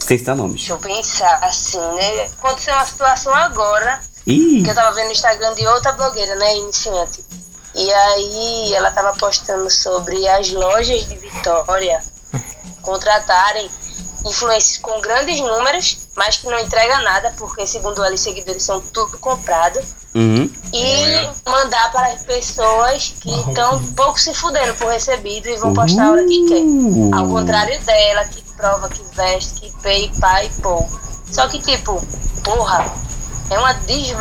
sem citar nomes.
Deixa eu pensar assim, né? Aconteceu uma situação agora
Ih,
que eu tava vendo no Instagram de outra blogueira, né, iniciante. E aí ela tava postando sobre as lojas de Vitória contratarem influencers com grandes números mas que não entrega nada, porque segundo ela, os seguidores são tudo comprado.
Uhum.
E mandar para as pessoas que estão pouco se fudendo por recebido e vão postar a hora que
Uh.
quer. Ao contrário dela, que prova, que veste, que pei, pai, pô. Só que, tipo, porra, é uma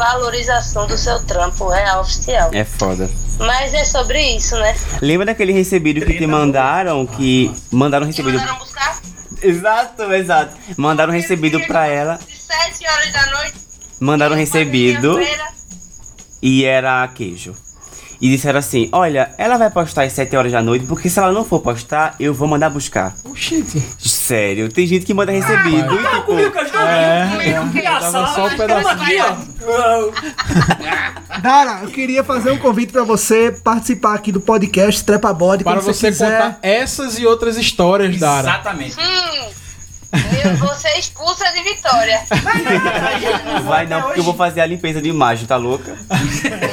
desvalorização do seu trampo real oficial.
É foda.
Mas é sobre isso, né?
Lembra daquele recebido que te mandaram? Que mandaram
Que
recebido.
mandaram buscar?
Exato, exato. Mandaram recebido pra ela.
De 7 horas da noite.
Mandaram
uma
recebido.
quinta-feira.
e era queijo. E disseram assim: Olha, ela vai postar às 7 horas da noite, porque se ela não for postar, eu vou mandar buscar.
Oxente.
Sério, tem gente que manda recebido. e,
Tá
tipo,
comigo, cara.
É,
Tá comigo,
tava
engraçado.
só um
Tamo
pedacinho.
aqui, ó.
Dara, eu queria fazer um convite pra você participar aqui do podcast Trepa Body.
Para
quando
você
quiser.
contar essas e outras histórias, Dara.
Exatamente.
Hum, eu vou ser expulsa de Vitória.
tá
Então, vai não, porque eu vou fazer a limpeza de imagem, tá louca?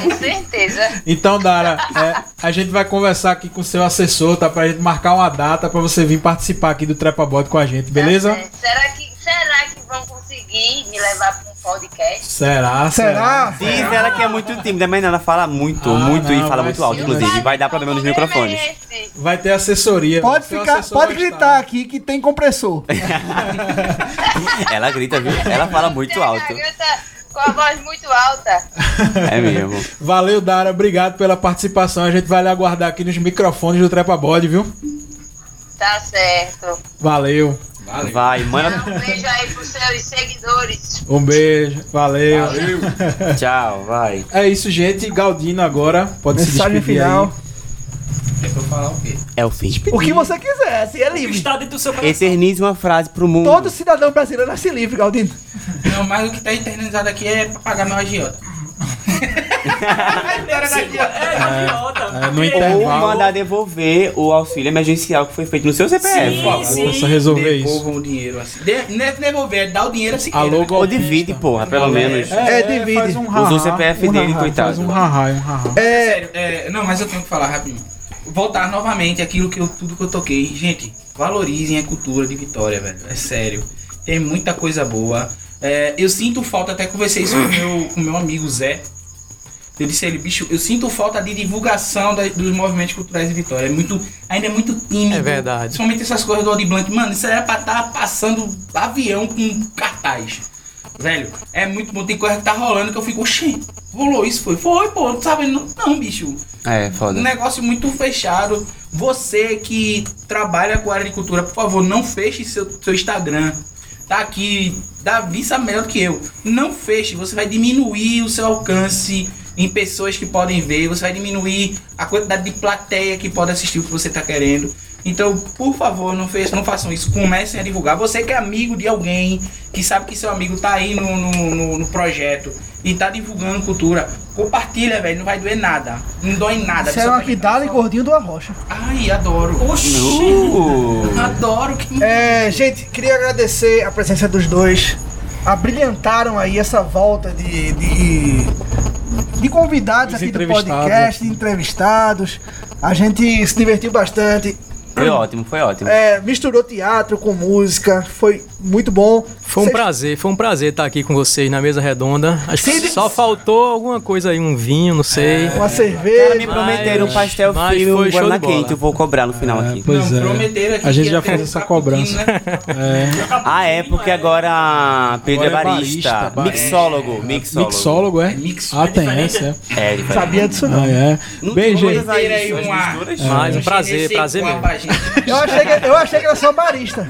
Com certeza.
Então, Dara, é, a gente vai conversar aqui com o seu assessor, tá? Pra gente marcar uma data pra você vir participar aqui do Trepabode com a gente, beleza?
Tá certo. Será que, será que vão conseguir me levar para um podcast?
Será?
Será?
Diz ela que é muito tímida, mas ela fala muito,
Ah,
muito
não,
e fala
vai
muito alto,
sim,
inclusive. Vai dar problema nos microfones.
É esse.
Vai ter assessoria.
Pode,
Seu
ficar,
assessor
pode
vai estar.
gritar aqui um que tem compressor.
Ela grita, viu? Ela fala muito
Tem a
alto.
garganta Com a voz muito alta.
É mesmo.
Valeu, Dara. Obrigado pela participação. A gente vai lhe aguardar aqui nos microfones do Trepabode, viu?
Tá certo.
Valeu.
Vai, manda.
Então, um beijo aí pros seus seguidores.
Um beijo. Valeu.
Tchau, vai.
É isso, gente. Galdino agora. Pode se
Mensagem
despedir
final.
É pra eu falar o quê?
É o fim.
O que você quiser, se é livre.
Está dentro do seu coração.
Eternize uma frase pro mundo.
Todo cidadão brasileiro nasce livre, Galdino.
Não, mas o que tá internalizado aqui é pra pagar meu agiota.
É, tá idiota.
aí. É, no
Ou
intervalo.
mandar devolver o auxílio emergencial que foi feito no seu CPF.
Sim,
ó.
sim.
Possa resolver isso.
Devolvam o dinheiro assim. De, não é devolver, é dar o dinheiro assim.
Alô,
Ou
golpista.
divide, porra, pelo menos.
É, divide.
Faz um
Usa o
ha-ha,
CPF
um
dele,
ha-ha,
coitado.
Faz um ha-ha, um ha-ha.
Sério, é, não, mas eu tenho que falar rapidinho. Voltar novamente aquilo que eu, tudo que eu toquei. Gente, valorizem a cultura de Vitória, velho. É sério. Tem muita coisa boa. É, eu sinto falta, até conversei isso com meu, com meu amigo Zé. Eu disse a ele, bicho, eu sinto falta de divulgação da- dos movimentos culturais de Vitória. É muito, ainda é muito tímido.
É verdade.
Principalmente essas coisas do Odd Blank. Mano, isso era pra estar passando avião com cartaz. Velho, é muito bom. Tem coisa que tá rolando que eu fico, oxi, rolou isso, foi? Foi, pô, não sabe? Não, não bicho.
É, foda.
Um negócio muito fechado. Você que trabalha com a área de cultura, por favor, não feche seu, seu Instagram. Tá aqui, Davi sabe melhor do que eu. Não feche, você vai diminuir o seu alcance em pessoas que podem ver, você vai diminuir a quantidade de plateia que pode assistir o que você tá querendo. Então, por favor, não, feche, não façam isso. Comecem a divulgar. Você que é amigo de alguém, que sabe que seu amigo tá aí no, no, no- no projeto e tá divulgando cultura, compartilha, velho. Não vai doer nada. Não dói nada.
Isso é uma
absolutamente
quidala e
nada.
gordinho do Arrocha.
Ai, adoro.
Uh,
Adoro que
É, gente, queria agradecer a presença dos dois. Abrilhantaram aí essa volta de. de, de convidados
Os
aqui do
entrevistados.
podcast, de entrevistados. A gente se divertiu bastante.
foi ótimo, foi ótimo.
É, misturou teatro com música. Foi muito bom.
Foi um
Cês-
prazer, foi um prazer estar aqui com vocês na mesa redonda. Acho que
Sim,
só faltou alguma coisa aí, um vinho, não
É.
sei.
Uma
Cara, me
cerveja.
prometeram um
mas-
pastel
mas
frio e
foi
um
show de
guaraná
bola.
quente. Eu vou cobrar no final aqui.
Pois
não,
é.
prometeram aqui
A gente
que
já
ia ter
fez
um
essa
cappuccino,
cobrança.
né?
Ah, é, porque agora Pedro
Agora é
é barista.
barista, barista.
Mixólogo, mixólogo.
Mixólogo, é?
mixo.
Ah, tem essa, é.
É, ele faz.
Sabia disso não.
Ah, é.
Não tem
Bem,
como
gente.
usar
Ter aí
isso,
uma-
as misturas?
Mas um prazer, prazer mesmo.
Eu achei, que, eu achei que era só barista.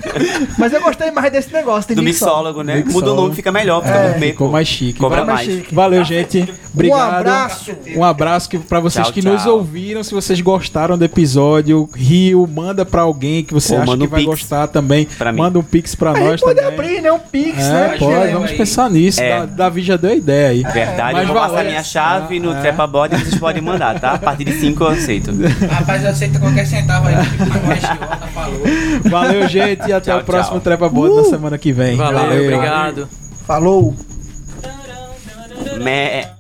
Mas eu gostei mais desse negócio. Tem
Do
mixólogo.
mixólogo, né?
Mixólogo.
Muda o nome, fica melhor, fica gourmet,
Ficou
pô.
mais chique.
Cobra
Vai-
mais
mais.
chique.
Valeu, gente. Obrigado.
Um abraço.
Um abraço que, pra vocês
Tchau,
que
tchau.
nos ouviram. Se vocês gostaram do episódio, rio, manda pra alguém que você
Ou
acha
manda
que
um
vai
pix
gostar também.
pra mim.
Manda um pix pra
A
nós
gente pode
também.
abrir, né? Um pix,
É,
né?
pode,
Leva
vamos
aí.
pensar nisso.
É.
Da- Davi já deu a ideia aí.
Verdade,
Mas
eu vou passar
valeu. Ah, é.
minha chave no Trepa Body vocês podem mandar, tá? A partir de 5 eu aceito.
Rapaz, eu aceito qualquer centavo aí. Mas o agiota falou.
Valeu, gente. E até
Tchau,
o próximo
tchau.
Trepa Board na semana que vem.
Valeu, obrigado.
Falou.
Me-